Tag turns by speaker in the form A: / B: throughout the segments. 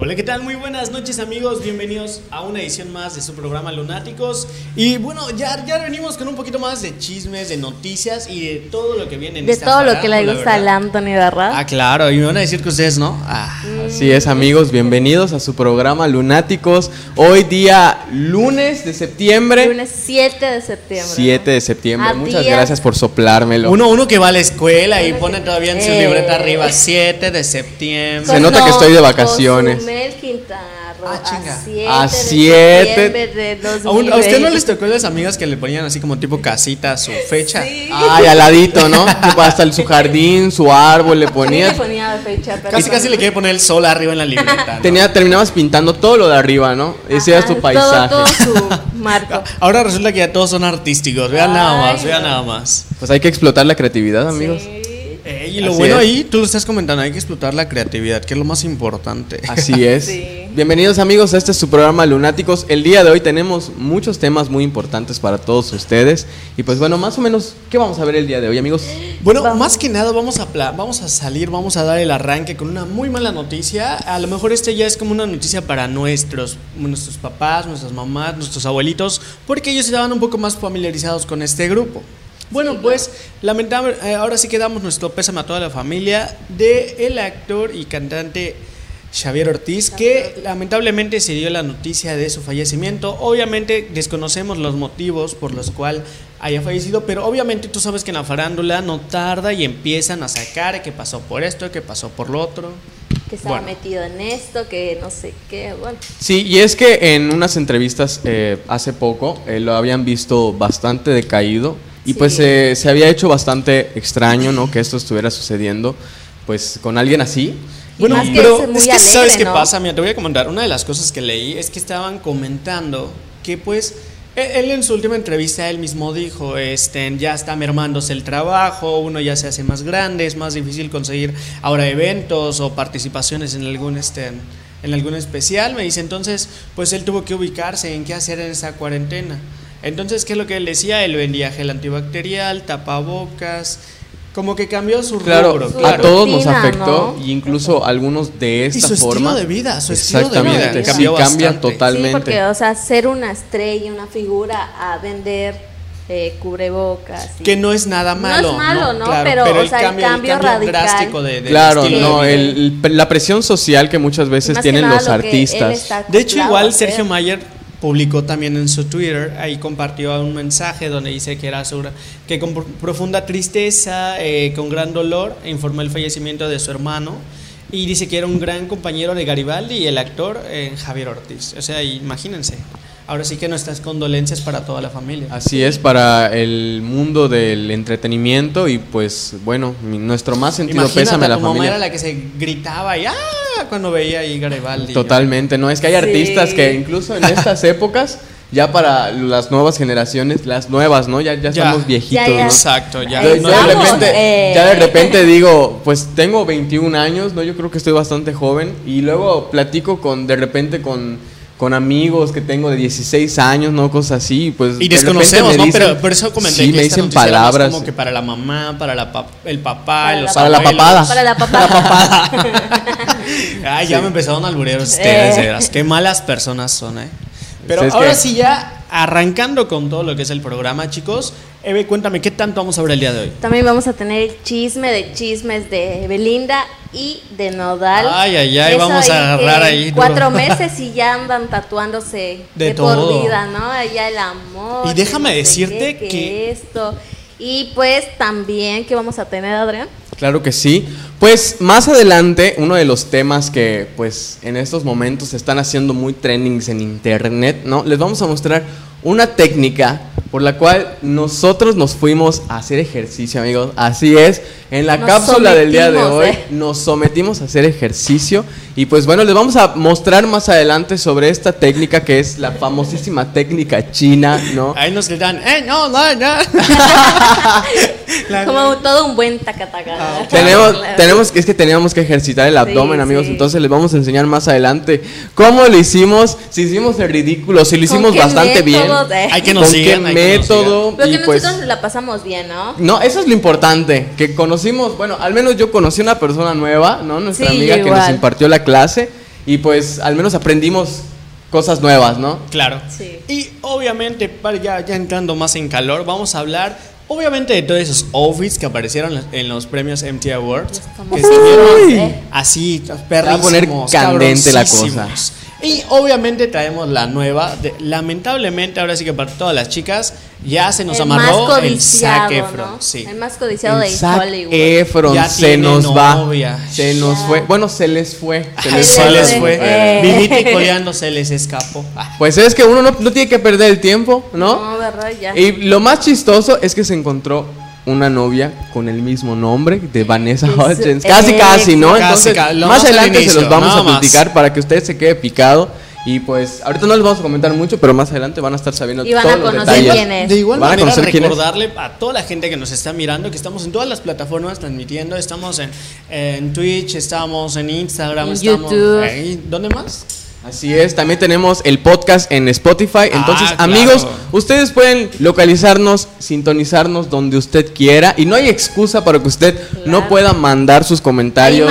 A: Hola, ¿qué tal? Muy buenas noches amigos, bienvenidos a una edición más de su programa Lunáticos. Y bueno, ya, ya venimos con un poquito más de chismes, de noticias y de todo lo que viene en
B: De
A: esta
B: todo lo que
A: farándula,
B: le gusta al
A: ¿verdad?
B: Anthony, ¿verdad?
A: Ah, claro, y me van a decir que ustedes no. Ah.
B: Mm.
C: Así es amigos, bienvenidos a su programa Lunáticos. Hoy día lunes de septiembre.
B: Lunes 7 de septiembre.
C: 7 de septiembre.
B: A
C: Muchas
B: días.
C: gracias por soplármelo.
A: Uno, uno que va a la escuela y pone todavía en su
B: Eh.
A: libreta arriba 7 de
B: Con-
A: septiembre.
C: Se nota que estoy de
B: no,
C: vacaciones.
B: Cozumel, Quintana Roo,
A: Ah, chinga.
B: A 7 de
C: A siete.
B: septiembre de 2020.
A: ¿A, un- a usted no les tocó las amigas que le ponían así como tipo casita su fecha?
C: Ay, al ladito, ¿no? Tipo, hasta el- su jardín, su árbol le
B: Sí, pues. le
C: ponías.
B: ponía de fecha, pero
A: Casi
B: bueno.
A: casi le quiere poner el sol arriba en la libreta. ¿no?
C: Tenía, terminabas pintando todo lo de arriba, ¿no? Ese era
B: Ajá,
C: tu paisaje.
B: Todo, todo su marco.
A: Ah, Ahora resulta que ya todos son artísticos. Vean nada
B: Ay,
A: más, vean
B: no.
A: nada más.
C: Pues hay que explotar la creatividad, amigos.
B: Sí,
A: Ey, y lo
C: Así
A: bueno
C: es.
A: ahí, tú lo estás comentando, hay que explotar la creatividad, que es lo más importante.
C: Así es.
B: Sí.
C: Bienvenidos amigos, este es su programa Lunáticos. El día de hoy tenemos muchos temas muy importantes para todos ustedes. Y pues bueno, más o menos, ¿qué vamos a ver el día de hoy, amigos?
A: Bueno, más que nada vamos a, pla- vamos a salir, vamos a dar el arranque con una muy mala noticia. A lo mejor este ya es como una noticia para nuestros, nuestros papás, nuestras mamás, nuestros abuelitos, porque ellos estaban un poco más familiarizados con este grupo. Bueno, pues lamentablemente ahora sí que damos nuestro pésame a toda la familia de el actor y cantante Xavier Ortiz, que lamentablemente se dio la noticia de su fallecimiento. Obviamente desconocemos los motivos por los cuales haya fallecido, pero obviamente tú sabes que en la farándula no tarda y empiezan a sacar que pasó por esto, que pasó por lo otro.
B: que estaba
A: Bueno.
B: metido en esto, que no sé qué, bueno.
C: Sí, y es que en unas entrevistas eh, hace poco eh, lo habían visto bastante decaído
B: Sí.
C: y pues eh, se había hecho bastante extraño, ¿no? Que esto estuviera sucediendo, pues con alguien así.
B: Y más que
A: pero
B: es muy
A: que
B: alegre,
A: sabes qué
B: ¿no?
A: pasa, mira, te voy a comentar. Una de las cosas que leí es que estaban comentando que pues él, él en su última entrevista él mismo dijo, este, ya está mermándose el trabajo, uno ya se hace más grande, es más difícil conseguir ahora eventos o participaciones en algún este en algún especial, me dice, entonces, pues él tuvo que ubicarse en qué hacer en esa cuarentena. Entonces, ¿qué es lo que él decía? Él vendía gel antibacterial, tapabocas, como que cambió su
C: Claro,
A: rubro,
B: Su
C: a todos nos
B: rutina,
C: afectó
B: ¿no?
C: y incluso algunos de esta
A: y su
C: forma.
A: estilo de vida, su estilo de vida.
C: Exactamente, sí,
A: cambió
C: cambia
A: bastante.
C: totalmente.
B: Sí, porque, o sea, ser una estrella, una figura, a vender eh, cubrebocas. y-
A: Que no es nada
B: No
A: malo.
B: es malo, ¿no?
A: Claro,
B: Pero, o sea, el cambio radical.
A: drástico de, del
C: Claro,
A: estilo de
C: no, eh.
A: vida.
C: el- el- la presión social que muchas
B: y
C: veces
B: más que
C: tienen
B: nada
C: los
B: lo que él
C: artistas.
B: está
A: De hecho,
B: acoplado a
A: igual
B: hacer.
A: Sergio Mayer publicó también en su Twitter, ahí compartió un mensaje donde dice que era sobre, que con pr- profunda tristeza, eh, con gran dolor, informó el fallecimiento de su hermano y dice que era un gran compañero de Garibaldi y el actor eh, Javier Ortiz. O sea, imagínense. Ahora sí que nuestras condolencias para toda la familia.
C: Así es para el mundo del entretenimiento y pues bueno, mi- nuestro más sentido
A: Imagínate,
C: pésame a la
A: tu mamá era
C: familia.
A: la que se gritaba y ¡ah! cuando veía ahí Garibaldi.
C: Totalmente, no es que hay
B: Sí.
C: artistas que incluso en estas épocas ya para las nuevas generaciones, las nuevas, ¿no? Ya
A: Ya.
C: ya estamos viejitos,
B: Ya, ya.
C: ¿no?
A: Exacto, ya.
B: Ahí
C: Entonces,
A: no-
C: ya de
B: estamos,
C: repente,
B: eh.
C: ya de repente digo, pues tengo 21 años, ¿no? Yo creo que estoy bastante joven y luego platico con, de repente con, con amigos que tengo de 16 años, ¿no? Cosas así, y pues...
A: Y
C: de repente
A: desconocemos,
C: me
A: ¿no?
C: dicen-
A: pero por eso comenté
C: Sí,
A: que
C: me
A: esta
C: dicen
A: noticia era más
C: palabras.
A: como que para la mamá, para la pa- el papá,
B: Para
A: los
B: la-
C: Para la
A: abuelos.
C: papada.
B: Para la papada.
A: Ay, ya me empezaron a alburear ustedes,
B: Eh.
A: de veras. Qué malas personas son, ¿eh? Pero
C: Ustedes
A: ahora
C: qué.
A: sí ya, arrancando con todo lo que es el programa, chicos. Eve, cuéntame, ¿qué tanto vamos a ver el día de hoy?
B: También vamos a tener el chisme de chismes de Belinda y de Nodal.
A: Ay, ay, ay, vamos a
B: ahí
A: agarrar
B: que
A: ahí duro.
B: Cuatro meses y ya andan tatuándose
A: De
B: de,
A: todo.
B: por vida, ¿no? Ya el amor.
A: Y
B: que
A: déjame
B: no sé
A: decirte
B: qué,
A: que-
B: esto. Y pues también que vamos a tener, Adrián.
C: Claro que sí. Pues más adelante, uno de los temas que pues en estos momentos se están haciendo muy trendings en internet, ¿no? Les vamos a mostrar una técnica por la cual nosotros nos fuimos a hacer ejercicio, amigos. Así es, en la
B: Nos
C: cápsula del día de
B: sometimos,
C: hoy
B: ¿eh?
C: nos sometimos a hacer ejercicio y pues bueno, les vamos a mostrar más adelante sobre esta técnica que es la famosísima técnica china, ¿no?
A: Ahí nos gritan, ¡eh, no, no, no! La-
B: Como todo un buen tacataca.
A: Ah,
B: ¿verdad?
C: Tenemos,
B: Claro.
C: tenemos que es que teníamos que ejercitar el abdomen,
B: Sí,
C: amigos.
B: sí.
C: Entonces les vamos a enseñar más adelante cómo lo hicimos, si hicimos el ridículo, si lo
B: ¿Con
C: hicimos
B: qué
C: bastante
B: método?
C: bien.
B: Eh.
A: Hay que nos
C: con
A: sigan,
C: qué
A: hay que nos
C: método
B: Pero
C: y
B: que
C: pues
B: nosotros la pasamos bien, ¿no?
C: no, eso es lo importante, que conocimos, bueno, al menos yo conocí una persona nueva, ¿no? Nuestra
B: Sí,
C: amiga
B: yo
C: que nos
B: igual.
C: impartió la clase Y pues al menos aprendimos cosas nuevas, ¿no?
A: Claro.
B: Sí.
A: Y obviamente, para ya, ya entrando más en calor, vamos a hablar obviamente de todos esos outfits que aparecieron en los premios MTV Awards. Que
B: famosos,
A: estuvieron
B: ¿eh?
A: así,
C: va a
A: perrísimos,
C: poner candente la cosa.
A: cabroncísimos. Y obviamente traemos la nueva. de- lamentablemente, ahora sí que para todas las chicas, ya se nos
B: el
A: amarró
B: más
A: el Zac
B: codiciado,
A: Efron.
B: ¿no?
A: Sí.
B: El más codiciado
C: El
B: de
C: Zac
B: Hollywood.
C: Efron
A: Ya
C: se
A: tiene
C: nos
A: novia.
C: va. Se nos
B: Ya.
C: fue. Bueno, se les fue. Se
A: Se
C: les fue.
A: les
B: Eh.
A: fue.
B: Eh.
A: Vivito y coleando se les escapó. Ah.
C: Pues es que uno no, no tiene que perder el tiempo, ¿no?
B: No, verdad, ya.
C: Y lo más chistoso es que se encontró una novia con el mismo nombre de Vanessa
B: Es-
C: Hudgens. Casi,
B: eh,
C: casi, ¿no?
A: casi,
C: Entonces,
A: ca- lo más
C: más
A: al
C: adelante se
A: inicio,
C: los vamos
A: nada
C: a
A: más.
C: platicar para que usted se quede picado. Y pues, ahorita no les vamos a comentar mucho, pero más adelante van a estar sabiendo
B: Y van a
C: todos los
B: conocer
C: detalles.
B: quién es.
A: De igual
C: Van a
A: manera,
C: conocer quién es.
A: recordarle a toda la gente que nos está mirando que estamos en todas las plataformas transmitiendo. Estamos en, en Twitch, estamos en Instagram,
B: En
A: estamos.
B: YouTube.
A: ahí. ¿Dónde más?
C: Así es, también tenemos el podcast en Spotify. Entonces,
A: Ah, claro.
C: amigos, ustedes pueden localizarnos, sintonizarnos donde usted quiera. Y no hay excusa para que usted no
B: Claro.
C: pueda mandar sus
B: Ahí
C: comentarios.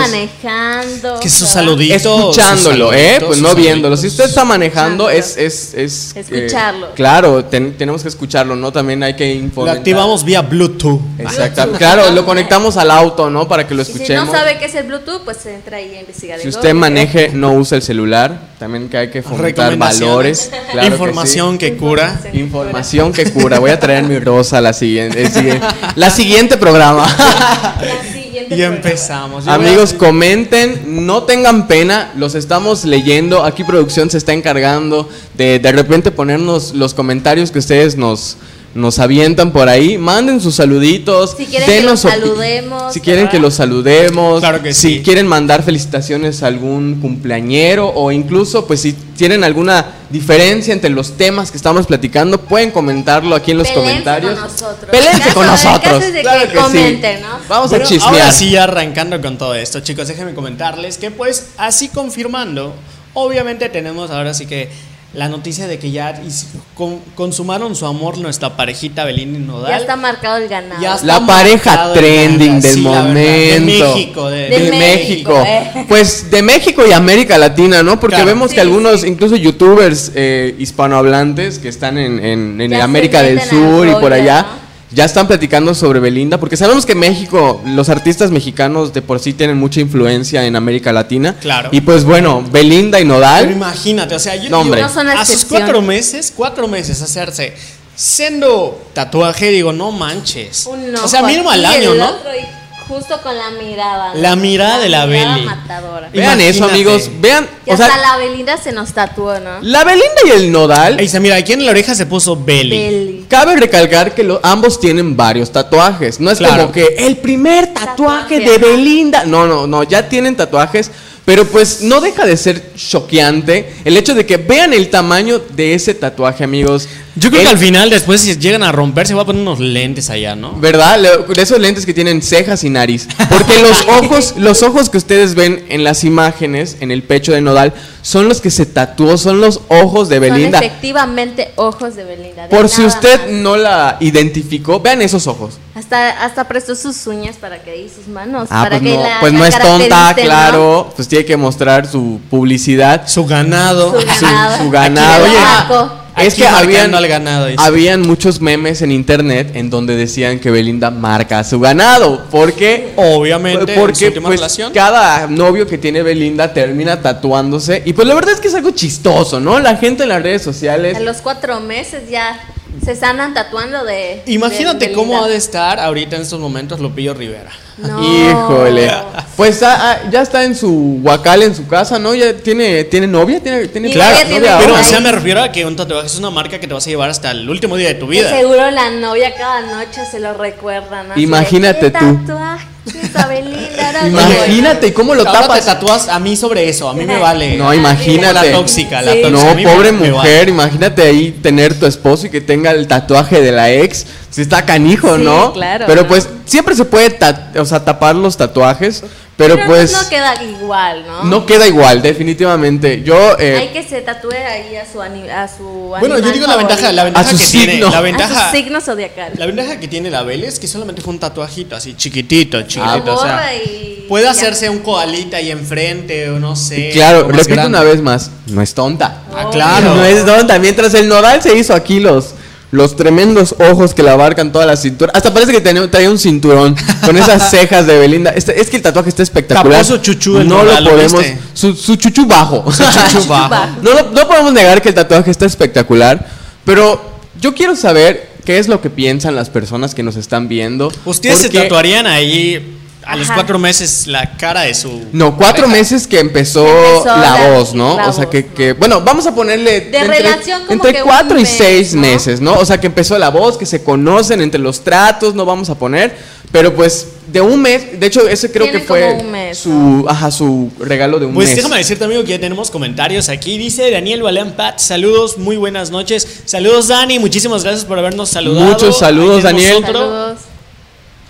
B: manejando.
A: Que sus
B: ¿verdad?
A: saluditos.
C: Escuchándolo,
A: sus
C: ¿eh?
A: saluditos,
C: Pues
A: sus
C: no viéndolo. Si
A: saluditos.
C: usted está manejando, es.
B: Escuchándolo.
C: es, es eh,
B: Escucharlo.
C: claro, ten- tenemos que escucharlo, ¿no? También hay que
A: Lo
C: informar.
A: activamos vía Bluetooth.
C: Exactamente. Claro, lo conectamos al auto, ¿no? Para que lo
B: Y si no
C: escuchemos.
B: sabe qué es el Bluetooth, pues entra ahí a investigar. en
C: Si usted
B: Google.
C: maneje, no usa el celular. También que hay que fomentar
A: Recomendaciones.
C: valores. claro que sí.
A: Información que, cura.
B: Información.
C: Información que cura. Voy a traer mi rosa la siguiente, el siguiente, la siguiente programa.
B: La siguiente
A: Y
B: programa.
A: empezamos. Yo voy a-
C: Amigos, comenten, no tengan pena, los estamos leyendo. Aquí producción se está encargando de de repente ponernos los comentarios que ustedes nos nos avientan por ahí. Manden sus saluditos.
B: Si quieren que
C: denos
B: los
C: opi-
B: saludemos,
C: Si quieren
B: ¿verdad?
C: que los saludemos.
A: Claro que
C: si
A: sí.
C: quieren mandar felicitaciones a algún cumpleañero o incluso pues si tienen alguna diferencia entre los temas que estamos platicando, pueden comentarlo aquí en los
B: Pelense
C: comentarios.
B: con nosotros.
C: Pelense
B: El caso-
C: con
B: el caso
C: nosotros.
B: es de que
C: Claro sí.
B: comenten, ¿no?
C: Vamos
A: Bueno,
C: a chismear.
A: Ahora sí, ya arrancando con todo esto, chicos, déjenme comentarles que pues así confirmando, obviamente tenemos ahora sí que la noticia de que ya is- con- consumaron su amor nuestra parejita Belinda y Nodal.
B: Ya está marcado el ganado.
A: Ya está
C: La
A: marcado
C: pareja
A: el
C: trending
A: ganador,
C: del
A: sí, la verdad, de
C: momento.
A: México, de-
B: de
C: De México.
B: México, eh.
C: Pues de México y América Latina, ¿no? Porque
A: Claro.
C: vemos que
B: Sí,
C: algunos,
B: sí.
C: incluso youtubers eh, hispanohablantes que están en, en- en
B: Ya se
C: América del
B: meten al
C: Sur y por
B: rollo,
C: allá.
B: ¿no?
C: Ya están platicando sobre Belinda, porque sabemos que México, los artistas mexicanos de por sí tienen mucha influencia en América Latina.
A: Claro.
C: Y pues bueno, Belinda y
A: Pero
C: Nodal.
A: imagínate, o sea, yo digo,
C: No, hombre.
B: No son la
A: a sus
B: excepción.
A: cuatro meses, cuatro meses hacerse siendo tatuaje, digo, no manches.
B: Un
A: o sea,
B: ojo
A: mínimo
B: aquí
A: al
B: y
A: año,
B: el
A: ¿no?
B: otro y justo con la mirada. ¿no?
A: La mirada de la
B: mirada
A: Beli.
B: matadora.
A: Y-
C: Vean eso,
A: imagínate.
C: amigos. Vean.
B: Y
C: o sea,
B: hasta la Belinda se nos tatuó, ¿no?
C: la Belinda y el Nodal.
A: Ahí dice, mira, aquí en la oreja se puso Belly.
B: Beli.
C: Cabe recalcar que lo- ambos tienen varios tatuajes. No es
A: Claro.
C: como que el primer tatuaje
B: Tatuaje,
C: de
B: ajá.
C: Belinda. No, no, no, ya tienen tatuajes. Pero pues no deja de ser choqueante el hecho de que vean el tamaño de ese tatuaje, amigos.
A: Yo creo que
C: El-
A: al final, después, si llegan a romper, se va a poner unos lentes allá, ¿no?
C: ¿Verdad? Le- De esos lentes que tienen cejas y nariz. Porque los ojos, los ojos que ustedes ven en las imágenes, en el pecho de Nodal, son los que se tatuó, son los ojos de Belinda.
B: Son efectivamente ojos de Belinda. de
C: Por si
B: nada
C: usted
B: más.
C: no la identificó, vean esos ojos.
B: Hasta, hasta prestó sus uñas para que y sus manos.
C: Ah,
B: para
C: pues
B: que
C: no,
B: la-
C: pues
B: la
C: no es tonta,
B: caractericen, ¿no?
C: claro. Pues tiene que mostrar su publicidad, su,
A: Su ganado.
B: Su ganado.
C: su ganado.
A: Aquí,
C: Oye,
B: marcó.
C: es
A: Aquí
C: que
A: marcando
C: habían,
A: al ganado, dice.
C: habían muchos memes en internet en donde decían que Belinda marca a su ganado. Porque,
A: Obviamente, en su
C: porque
A: última
C: pues,
A: relación.
C: cada novio que tiene Belinda termina tatuándose. Y pues la verdad es que es algo chistoso, ¿no? La gente en las redes sociales.
B: A los cuatro meses ya se sanan tatuando de.
A: Imagínate
B: de
A: cómo
B: Belinda.
A: ha de estar ahorita en estos momentos Lupillo Rivera.
B: No.
C: Híjole. Pues ah, ah, ya está en su huacal, en su casa, ¿no? Ya tiene, tiene novia, tiene, tiene
B: Mi Claro, novia tiene novia
A: Pero,
B: ahora.
A: o sea, me refiero a que un tatuaje es una marca que te vas a llevar hasta el último día de tu
B: Que
A: vida.
B: seguro la novia cada noche se lo recuerda. ¿no? Así de,
C: Imagínate
B: "¿Qué
C: tú".
B: tatuajes, Abelinda, ahora
C: Imagínate cómo lo
A: Ahora
C: tapas.
A: te tatúas a mí sobre eso, a mí me vale.
C: No,
A: Como
C: imagínate.
A: Ah, La tóxica, la
B: Sí.
A: tóxica.
C: No,
A: a mí me-
C: pobre
A: me vale.
C: mujer, imagínate ahí tener tu esposo y que tenga el tatuaje de la ex. Si está canijo,
B: Sí,
C: ¿no?
B: claro,
C: Pero
B: ¿no?
C: pues siempre se puede ta- o sea, tapar los tatuajes. Pero,
B: no-
C: pues
B: No queda igual, ¿no?
C: no queda igual, definitivamente. Yo eh,
B: Hay que se tatúe ahí a su, ani- a su
A: Bueno, yo
B: animal
A: digo la
B: favorito.
A: ventaja, la ventaja
C: su
A: que
C: signo.
A: tiene, la
C: A su
A: ventaja,
B: A su signo zodiacal.
A: la ventaja que tiene la Bel es que solamente fue un tatuajito así chiquitito, chiquitito, Ah, pues, o sea,
B: borra y-
A: puede
B: ya.
A: hacerse un koalita ahí enfrente o no sé.
C: Claro,
A: algo más
C: repito
A: grande.
C: una vez más, no es tonta.
A: Ah,
B: Oh.
A: claro.
C: No es tonta. Mientras el nodal se hizo aquí los, los tremendos ojos que le abarcan toda la cintura. Hasta parece que tenía- traía un cinturón con esas cejas de Belinda. Este- es que el tatuaje está espectacular.
A: Caposo chuchú el
C: no
A: nodal,
C: lo
A: ¿lo
C: podemos.
A: viste?
C: Su, su chuchú bajo.
A: chuchú bajo.
C: No, lo- no podemos negar que el tatuaje está espectacular. Pero yo quiero saber qué es lo que piensan las personas que nos están viendo.
A: Ustedes se
C: porque-
A: tatuarían ahí a los
B: Ajá.
A: cuatro meses la cara de su.
C: No, cuatro
A: pareja?
C: meses que empezó,
B: Empezó
C: la,
B: la-
C: voz, ¿no?
B: la
C: o sea,
B: voz,
C: que,
B: ¿no?
C: que- bueno, vamos a ponerle...
B: De relación como
C: Entre
B: que un
C: cuatro y
B: mes,
C: seis
B: ¿no?
C: meses, ¿no? O sea, que empezó la voz, que se conocen entre los tratos, no vamos a poner, pero pues de un mes, de hecho, ese creo
B: Tiene
C: que fue
B: como un mes,
C: su, ajá, su regalo de un
A: Pues
C: mes.
A: déjame decirte, amigo, que ya tenemos comentarios aquí. Dice Daniel Baleán Pat, saludos, muy buenas noches. Saludos, Dani, muchísimas gracias por habernos saludado.
C: Muchos saludos,
A: Ahí tenemos
C: Daniel.
A: otro.
B: Saludos.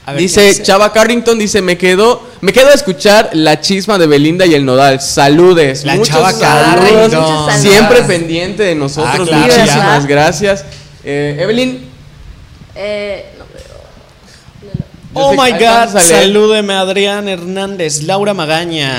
A: A ver, ¿qué
C: Dice Chava Carrington, dice, me quedo, me quedo a escuchar la chisma de Belinda y el Nodal. Saludes.
A: La
C: Muchos
A: Chava
C: saludos.
A: Carrington. Ah,
B: Muchos saludos.
C: Siempre pendiente de
A: claro,
C: nosotros.
A: sí,
C: Muchísimas
B: ¿verdad?
C: gracias. Eh, Evelyn,
B: Eh, no, pero-
C: Yo
A: Oh
C: sé que
A: my
C: alcanzas
A: God,
C: a leer.
A: salúdeme a Adrián Hernández, Laura Magaña.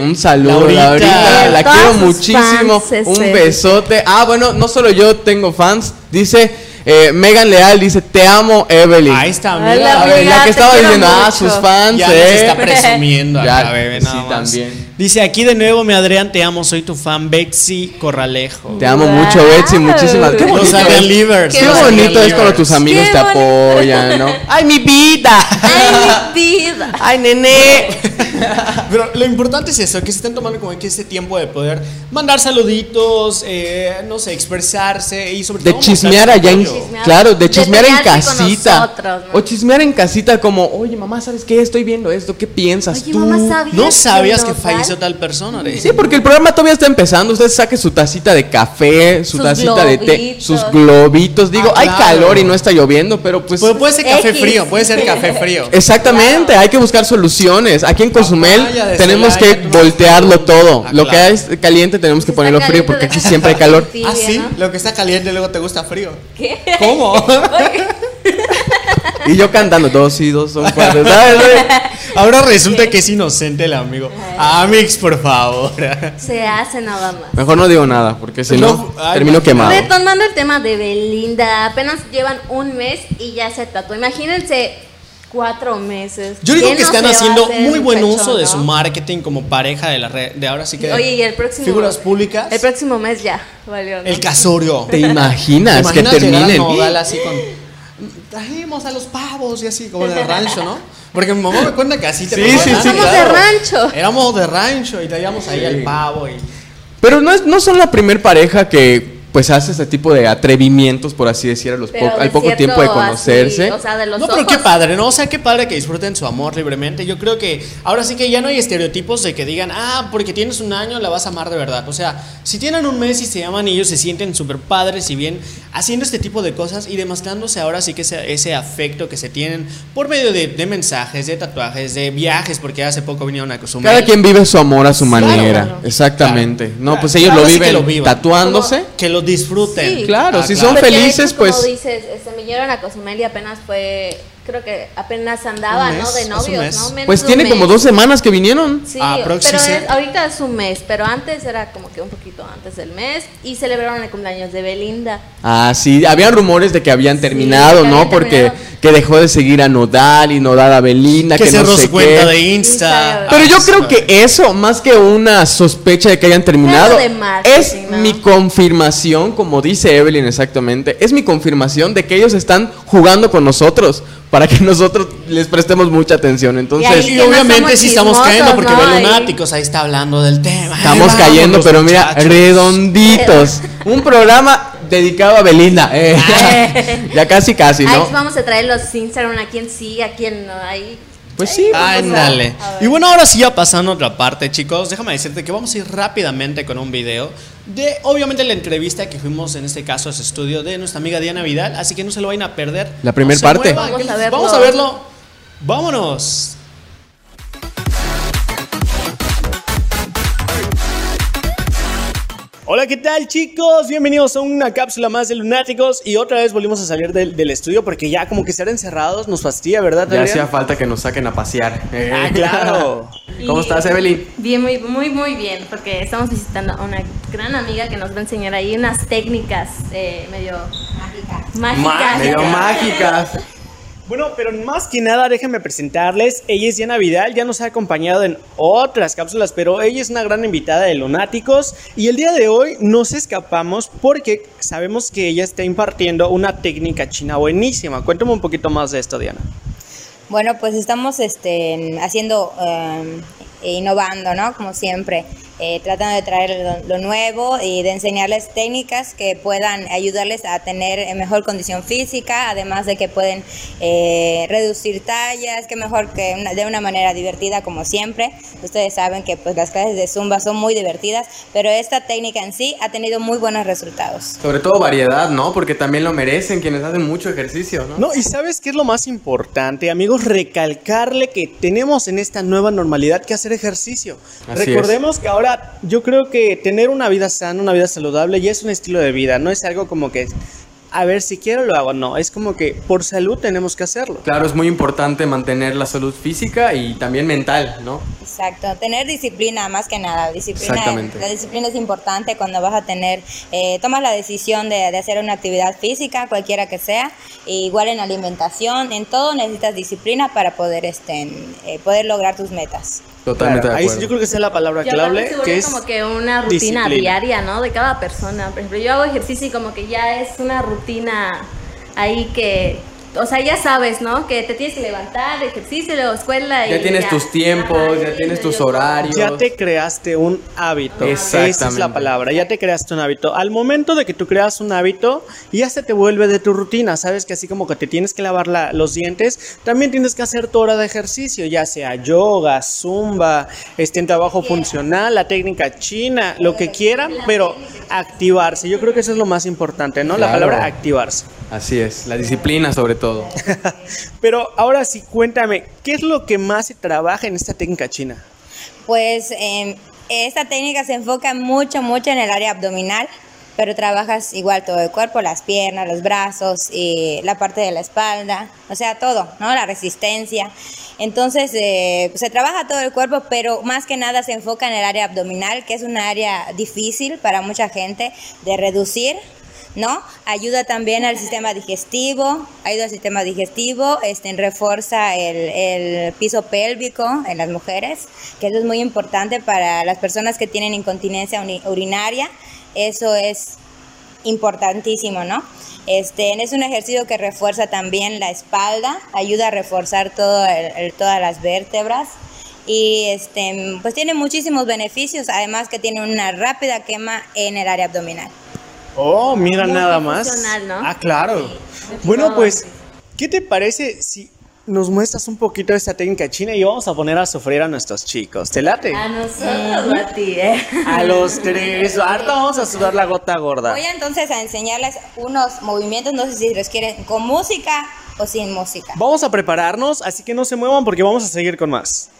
C: Un saludo,
A: Laurita.
C: Laurita. La
B: Todas
C: quiero
B: sus
C: muchísimo.
B: fans,
C: un
B: este.
C: besote. Ah, bueno, no solo yo tengo fans. Dice eh, Megan Leal, dice, te amo, Evelyn.
A: Ahí está,
B: Hola,
A: mira.
C: A ver,
B: amiga,
C: la que
B: te
C: estaba
B: quiero
C: diciendo, ah,
B: mucho.
C: sus fans,
A: Ya nos
C: eh.
A: está presumiendo
C: Ya,
A: acá, bebé, nada
C: sí,
A: más.
C: también.
A: Dice aquí de nuevo, mi Adrián, te amo, soy tu fan, Bexy Corralejo.
C: Te amo
B: Wow.
C: mucho, Betsy, muchísimas
B: Qué
A: Los
C: bonito
B: bonito.
C: es-
A: Unbelievers.
C: Qué
A: los
C: bonito es cuando
A: Unbelievers.
C: tus amigos
B: Qué
C: te
B: bonito.
C: apoyan, ¿no? ¡Ay, mi vida!
B: ¡Ay, mi vida!
C: ¡Ay, nene!
A: Pero lo importante es eso, que se estén tomando como que ese tiempo de poder mandar saluditos, eh, no sé, expresarse y sobre
C: De
A: todo mostrar
C: chismear
A: su
C: allá en,
A: apoyo.
B: Chismear.
C: claro, de
B: De
C: chismear en
B: pelearse con
C: casita.
B: nosotros, ¿no?
C: O chismear en casita como, oye mamá, ¿sabes qué? Estoy viendo esto, ¿qué piensas
B: Oye,
C: tú?
B: mamá, ¿sabías
A: No sabías que
B: Nodal-
A: falleció tal persona. ¿eh?
C: Sí, porque el programa todavía está empezando. Usted saque su tacita de café, su
B: Sus
C: tacita de té,
B: globitos.
C: sus globitos. Digo,
A: Ah,
C: hay
A: claro.
C: calor y no está lloviendo, pero pues.
A: Puede, puede ser café
B: X.
A: frío, puede ser café frío.
C: Exactamente, hay que buscar soluciones. Aquí en Cozumel
A: Papaya de
C: tenemos
A: Celaya,
C: que
A: tú no-
C: voltearlo todo.
A: Ah,
C: Lo que
A: claro.
C: es caliente tenemos que
B: Está
C: ponerlo frío
B: caliente,
C: porque aquí
B: deja
C: siempre hay calor.
B: tibia,
A: Ah, sí,
B: ¿no?
A: lo que está caliente luego te gusta frío.
B: ¿Qué?
A: ¿Cómo?
C: Y yo cantando dos y dos son cuatro. ¿sabes?
A: Ahora resulta que es inocente el amigo. Amix, por favor.
B: Se hace nada más.
C: Mejor no digo nada porque si no,
A: No, ay,
C: termino
A: no.
C: quemado.
B: Retomando el tema de Belinda, apenas llevan un mes y ya se tatuó. Imagínense cuatro meses.
A: Yo digo
B: ¿Qué
A: que
B: no
A: están
B: se va a
A: haciendo
B: hacer
A: muy
B: el
A: buen
B: pechón,
A: uso de
B: no?
A: su marketing como pareja de la red. De ahora sí que.
B: Oye, y el próximo.
A: Figuras públicas.
B: El próximo mes ya, valió. ¿no?
A: El casorio.
C: ¿Te imaginas,
A: ¿Te
C: que
A: imaginas llegar a
C: terminen?
A: Nodal así con. Trajimos a los pavos y así, como de rancho, ¿no? Porque mi mamá me cuenta que así te
C: Sí,
A: preparan,
C: sí, sí,
B: Somos de rancho.
A: Éramos de rancho y traíamos ahí
C: Sí.
A: al pavo y.
C: Pero no, es, no son la primer pareja que pues hace este tipo de atrevimientos, por así decir, a los
B: Pero
C: po-
B: de
C: al poco
B: cierto,
C: tiempo de
B: así,
C: conocerse.
B: o sea, de los
A: no, pero
B: ojos.
A: qué padre, ¿no? O sea, qué padre que disfruten su amor libremente. Yo creo que ahora sí que ya no hay estereotipos de que digan, ah, porque tienes un año la vas a amar de verdad. O sea, si tienen un mes y se aman y ellos se sienten súper padres y bien haciendo este tipo de cosas y demostrándose ahora sí que ese, ese afecto que se tienen por medio de, de mensajes, de tatuajes, de viajes, porque hace poco vinieron a Cozumel.
C: Cada quien vive su amor a su
A: Claro.
C: manera.
A: Claro.
C: Exactamente.
A: Claro.
C: No, pues
A: Claro,
C: ellos lo
A: ahora sí que
C: viven
A: lo vivan.
C: tatuándose.
A: Que lo disfruten. Ah,
B: Sí.
C: Claro, si son
B: Porque de
C: felices,
B: hecho, como
C: pues-
B: dices, este, vinieron a Cozumel y apenas fue, creo que apenas andaba,
A: Un mes,
B: ¿no? De
A: hace un
B: novios,
A: mes.
B: ¿no? Menos
C: Pues
B: de un
C: tiene como
B: mes.
C: dos semanas que vinieron.
B: Sí,
A: Ah,
B: pero
A: proxy, sí.
B: es- ahorita es un mes, pero antes era como que un poquito antes del mes y celebraron el cumpleaños de Belinda.
C: Ah, sí, habían rumores de que habían terminado,
B: que
C: ¿no?
B: habían
C: Porque
B: terminado.
C: que dejó de seguir a Nodal y Nodal a Belinda, que,
A: que
C: no
A: cerró
C: sé
A: su cuenta
C: qué.
A: de Insta.
B: Instagram.
C: Pero yo
A: Ah,
C: creo
A: sí.
C: que eso, más que una sospecha de que hayan terminado,
B: Algo de marketing,
C: es
B: ¿no?
C: mi confirmación, como dice Evelyn exactamente, es mi confirmación de que ellos están jugando con nosotros para que nosotros les prestemos mucha atención. Entonces,
A: Y
B: Y que no
A: obviamente
B: somos
A: sí estamos
B: chismosos,
A: cayendo porque
B: ¿no? Ahí.
A: Belunáticos ahí está hablando del tema.
C: estamos
A: Ay,
C: cayendo,
A: vámonos,
C: pero mira,
A: muchachos.
C: redonditos. Un programa dedicado a Belinda. eh. ya casi, casi,
B: Ahí
C: ¿no?
B: vamos a traer los Instagram a quien sí, a quien no. Ahí.
C: Pues sí.
A: Ah,
B: vamos a-
A: Ándale.
B: a ver.
A: Y bueno, ahora sí ya pasando a otra parte, chicos. Déjame decirte que vamos a ir rápidamente con un video de, obviamente, la entrevista que fuimos en este caso a su estudio de nuestra amiga Diana Vidal. Así que no se lo vayan a perder.
C: La
A: No
C: primer
A: se
C: parte.
A: muevan,
B: Vamos
A: que-
B: a verlo.
A: Vamos a verlo. Vámonos. Hola, ¿qué tal chicos? Bienvenidos a una cápsula más de Lunáticos y otra vez volvimos a salir del, del estudio porque ya como que estar encerrados nos fastidia, ¿verdad?
C: Ya
A: Adrián?
C: hacía falta que nos saquen a pasear.
A: Ah, claro.
C: ¿Cómo
B: Y-
C: estás, Evelyn?
B: Bien, muy, muy, muy bien, porque estamos visitando a una gran amiga que nos va a enseñar ahí unas técnicas eh, medio mágicas.
C: Ma- Medio mágicas.
A: Bueno, pero más que nada déjenme presentarles, ella es Diana Vidal, ya nos ha acompañado en otras cápsulas, pero ella es una gran invitada de Lunáticos y el día de hoy nos escapamos porque sabemos que ella está impartiendo una técnica china buenísima. Cuéntame un poquito más de esto, Diana.
D: Bueno, pues estamos este, en- haciendo, em, e innovando, ¿no? Como siempre, eh, tratando de traer lo, lo nuevo y de enseñarles técnicas que puedan ayudarles a tener eh, mejor condición física, además de que pueden eh, reducir tallas, que mejor que una- de una manera divertida, como siempre. Ustedes saben que pues las clases de zumba son muy divertidas, pero esta técnica en sí ha tenido muy buenos resultados.
C: Sobre todo variedad, ¿no? Porque también lo merecen quienes hacen mucho ejercicio, ¿no?
A: No, y sabes qué es lo más importante, amigos, recalcarle que tenemos en esta nueva normalidad que hacer ejercicio.
C: Así
A: Recordemos que ahora yo creo que tener una vida sana, una vida saludable ya es un estilo de vida, no es algo como que a ver si quiero lo hago, no, es como que por salud tenemos que hacerlo.
C: Claro, es muy importante mantener la salud física y también mental, ¿no?
D: Exacto, tener disciplina más que nada. Disciplina,
C: Exactamente.
D: La disciplina es importante cuando vas a tener, eh, tomas la decisión de, de hacer una actividad física, cualquiera que sea, e igual en alimentación, en todo necesitas disciplina para poder, este, en- eh, poder lograr tus metas.
C: Totalmente
A: Claro,
C: de
A: ahí
C: acuerdo.
A: sí yo creo que esa es la palabra
B: Yo
A: clave, que es
B: como que una rutina
A: disciplina.
B: diaria, ¿no? De cada persona. Por ejemplo, yo hago ejercicio y como que ya es una rutina ahí que, o sea, ya sabes, ¿no? Que te tienes que levantar, ejercicio, luego escuela y
C: Ya tienes tus tiempos, ya
B: y
C: tienes tus
B: medio todo.
C: horarios.
A: Ya te creaste un hábito. Esa es la
C: Exactamente.
A: palabra. Ya te creaste un hábito. Al momento de que tú creas un hábito, ya se te vuelve de tu rutina. Sabes que así como que te tienes que lavar la- los dientes, también tienes que hacer tu hora de ejercicio, ya sea yoga, zumba, este en trabajo funcional, la técnica china, lo que quieran, pero activarse. Yo creo que eso es lo más importante, ¿no? La
C: Claro.
A: palabra activarse.
C: Así es, la disciplina sobre todo.
A: Pero ahora sí, cuéntame, ¿qué es lo que más se trabaja en esta técnica china?
D: Pues eh, esta técnica se enfoca mucho, mucho en el área abdominal, pero trabajas igual todo el cuerpo, las piernas, los brazos, y la parte de la espalda, o sea, todo, ¿no? La resistencia. Entonces, eh, se trabaja todo el cuerpo, pero más que nada se enfoca en el área abdominal, que es una área difícil para mucha gente de reducir. ¿no? Ayuda también al sistema digestivo, ayuda al sistema digestivo, este, refuerza el, el piso pélvico en las mujeres, que eso es muy importante para las personas que tienen incontinencia uni- urinaria, eso es importantísimo, ¿no? Este, es un ejercicio que refuerza también la espalda, ayuda a reforzar todo el- el- todas las vértebras y este, pues tiene muchísimos beneficios, además que tiene una rápida quema en el área abdominal.
A: Oh, mira
B: Muy
A: nada más.
B: funcional, ¿no?
A: Ah, claro.
B: funcional.
A: Bueno, pues, ¿qué te parece si nos muestras un poquito de esta técnica china y vamos a poner a sufrir a nuestros chicos? ¿Te late?
B: A nosotros, Ah, a ti, ¿eh?
A: A los tres. Ahorita vamos a sudar la gota gorda.
D: Voy a, entonces a enseñarles unos movimientos, no sé si los quieren con música o sin música.
A: Vamos a prepararnos, así que no se muevan porque vamos a seguir con más.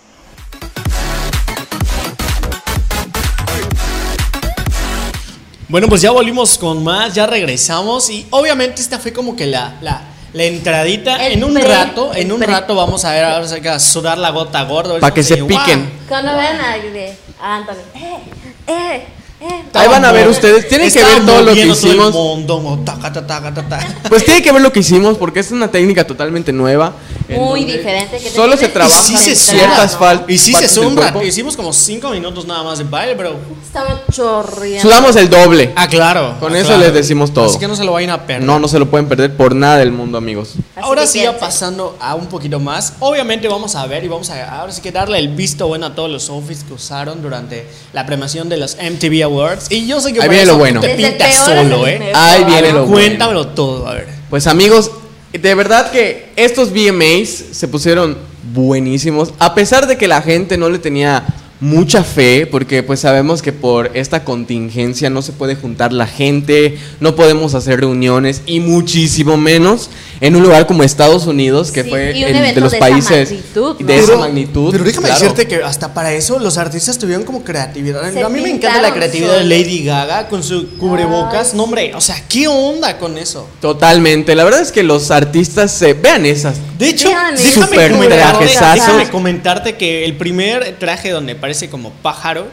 A: Bueno, pues ya volvimos con más, ya regresamos y obviamente esta fue como que la, la, la entradita.
B: El
A: en un
B: pre-
A: rato, en
B: el
A: un
B: pre-
A: rato vamos a ver ahora sí que a sudar la gota gorda. a ver
C: Pa'
A: si
C: que
A: se
C: se
A: igual.
C: piquen.
B: Cuando vean a de- a Anthony, eh, eh, eh.
C: Ahí van a ver
A: Estamos-
C: ustedes, tienen que ver
A: estamos
C: todo lo que
A: viendo el
C: hicimos.
A: mundo, mo- taca, ta, taca, ta, ta.
C: Pues tiene que ver lo que hicimos porque es una técnica totalmente nueva. en
B: Muy
C: donde
B: diferente, que te
C: Solo se
B: tienes que
C: trabaja
A: sí se
C: ciertas
B: suda,
C: fal-
A: Y sí se
C: partes del
A: zumba,
C: cuerpo.
A: hicimos como cinco minutos nada más de baile, pero
B: Estamos chorreando.
C: Sudamos el doble.
A: Ah, claro.
C: Con
A: Ah,
C: eso
A: claro.
C: les decimos todo.
A: Así que no se lo vayan a perder.
C: No, no se lo pueden perder por nada del mundo, amigos.
B: Así
A: Ahora
B: que
A: sí, ya
B: piensen.
A: pasando a un poquito más. Obviamente vamos a ver y vamos a ahora sí que darle el visto bueno a todos los outfits que usaron durante la premiación de los MTV Awards. Y yo sé que
C: Ahí
A: para
C: viene lo
A: eso
C: bueno.
A: te
B: Desde el
A: pintas
B: peor hasta
A: solo,
B: el
A: ¿eh?
B: mejor.
C: Ahí
A: A
C: viene
A: ver,
C: lo bueno.
A: Cuéntamelo todo, a ver.
C: Pues amigos, de verdad que estos VMAs se pusieron buenísimos. A pesar de que la gente no le tenía mucha fe, porque pues sabemos que por esta contingencia no se puede juntar la gente, no podemos hacer reuniones y muchísimo menos en un lugar como Estados Unidos, que
B: Sí,
C: fue
B: y un
C: el- de
B: evento
C: los
B: de esa
C: países
B: magnitud, ¿no?
C: de esa magnitud.
A: Pero déjame
C: claro.
A: decirte que hasta para eso los artistas tuvieron como creatividad.
B: Se
A: a mí me encanta la
B: pintaron
A: creatividad de
B: solos. Ah.
A: Lady Gaga con su cubrebocas. No, hombre, o sea, ¿qué onda con eso?
C: Totalmente, la verdad es que los artistas se vean esas.
A: De hecho,
B: Vean eso.
A: déjame,
C: Súper
A: comentarte,
C: trajesazos.
A: déjame comentarte que el primer traje donde parece como pájaro,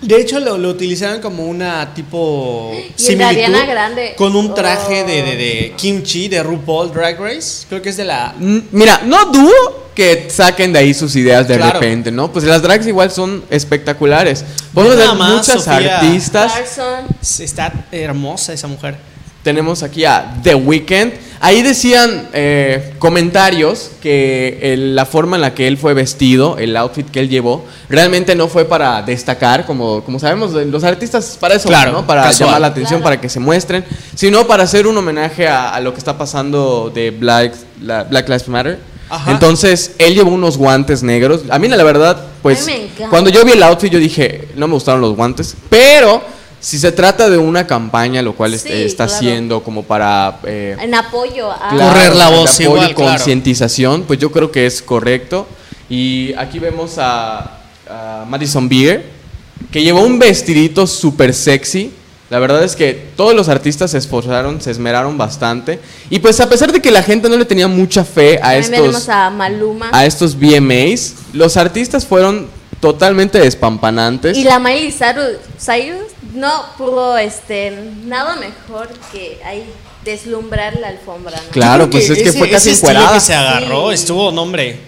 A: de hecho lo, lo utilizaron como una tipo
B: Y el de Ariana Grande.
A: con un traje
B: Oh.
A: de, de- de kimchi de RuPaul Drag Race, creo que es de la...
C: Mm, Mira, no dudo que saquen de ahí sus ideas de
A: Claro.
C: repente, ¿no? Pues las drags igual son espectaculares. Podemos
A: Nada
C: ver
A: más,
C: muchas
A: Sofía.
C: artistas.
B: Carson.
A: Está hermosa esa mujer.
C: Tenemos aquí a The Weeknd. Ahí decían eh, comentarios que el- la forma en la que él fue vestido, el outfit que él llevó, realmente no fue para destacar, como, como sabemos, de- los artistas para eso,
A: Claro,
C: ¿no? Para
A: casual.
C: llamar la atención,
B: Claro.
C: para que se muestren, sino para hacer un homenaje a, a lo que está pasando de Black, la- Black Lives Matter.
A: Ajá.
C: Entonces, él llevó unos guantes negros. A mí, la verdad, pues,
B: me encanta.
C: cuando yo vi el outfit, yo dije, no me gustaron los guantes, pero si se trata de una campaña, lo cual cual
B: Sí,
C: este, está
B: claro. Ah.
C: haciendo como para eh,
B: En apoyo a.
C: claro,
A: Correr la
C: de
A: voz
C: apoyo
A: igual,
C: y
A: claro.
C: concientización, pues yo creo que es correcto. Y aquí vemos a, a Madison Beer, que llevó un vestidito súper sexy. La verdad es que todos los artistas se esforzaron, se esmeraron bastante. Y pues a pesar de que la gente no le tenía mucha fe a
B: También
C: estos
B: tenemos a Maluma.
C: a estos VMAs, los artistas fueron totalmente despampanantes.
B: Y la Miley Cyrus, Cyrus no pudo este, nada mejor que ahí deslumbrar la alfombra. ¿no?
C: Claro.
A: Yo creo
C: pues es que fue
A: ese-
C: casi
A: ese estilo
C: encuerada.
A: que se agarró,
B: Sí.
A: estuvo, no, hombre.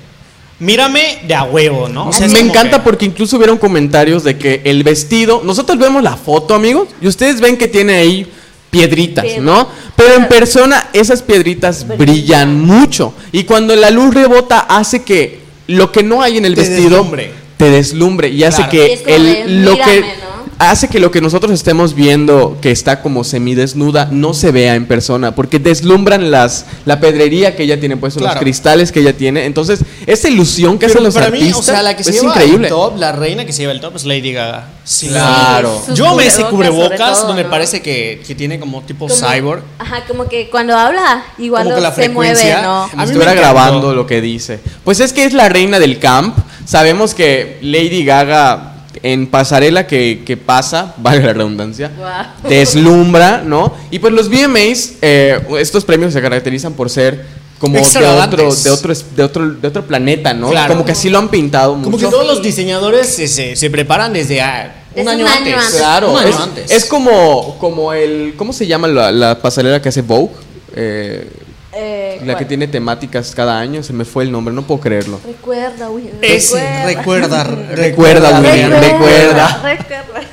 A: Mírame de a huevo, ¿no? O sea, es
C: me
A: como
C: encanta
A: que-
C: porque incluso hubieron comentarios de que el vestido, nosotros vemos la foto, amigos, y ustedes ven que tiene ahí piedritas,
B: Piedra.
C: ¿no? Pero en persona esas piedritas brillan, mucho y cuando la luz rebota hace que lo que no hay en el
A: Te
C: vestido
A: deslumbre.
C: te deslumbre y hace
A: Claro.
B: Y
C: que
B: es como
C: el
B: de,
C: lo que
B: "Mírame", ¿no?
C: hace que lo que nosotros estemos viendo que está como semidesnuda no se vea en persona porque deslumbran las la pedrería que ella tiene puesto
A: Claro.
C: los cristales que ella tiene entonces esa ilusión que
A: Pero
C: hacen los
A: para
C: artistas
A: mí, o sea, la que se
C: es
A: lleva
C: increíble
A: el top, la reina que se lleva el top es Lady Gaga. Sí.
C: Claro.
B: Sus
A: Yo me ese
B: cubrebocas, sobre
A: cubrebocas
B: todo,
A: donde
B: ¿no?
A: parece que, que tiene como tipo
B: Como-
A: cyborg.
B: Ajá, como que cuando habla, igual
A: Como que
B: no
A: la
B: se mueve,
A: frecuencia.
B: ¿no?
A: A mí
C: Como
A: me
C: si estuviera
A: encantó.
C: grabando lo que dice. Pues es que es la reina del camp. Sabemos que Lady Gaga en pasarela que, que pasa, valga la redundancia,
B: Guau.
C: deslumbra, ¿no? Y pues los VMAs, eh, estos premios se caracterizan por ser como de otro,
A: Extravagantes.
C: de otro es- de otro de otro planeta, ¿no?
A: Claro.
C: Como que así lo han pintado mucho.
A: Como que todos los diseñadores se, se- se preparan desde ah, un,
B: Desde
A: año
B: un año
A: antes.
B: antes.
C: Claro,
A: Un año
C: es,
A: antes.
C: es como como el ¿cómo se llama la, la pasarela que hace Vogue? Eh,
B: Eh,
C: la que
B: ¿cuál?
C: tiene temáticas cada año, se me fue el nombre, no puedo creerlo.
B: Recuerda, güey.
A: Ese, recuerda,
C: Recuerda, William,
A: William.
C: recuerda.
B: Recuerda.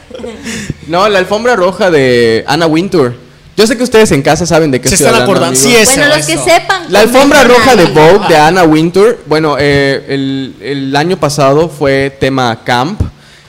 C: No, la alfombra roja de Anna Wintour. Yo sé que ustedes en casa saben de qué
A: Se
C: estoy
A: están
C: hablando,
A: acordando.
C: amigos.
A: Sí, es.
B: Bueno, los
A: eso.
B: que sepan.
C: La alfombra
B: comenten
C: roja de
B: ahí.
C: Vogue de Anna Wintour. Bueno, eh, el, el año pasado fue tema camp.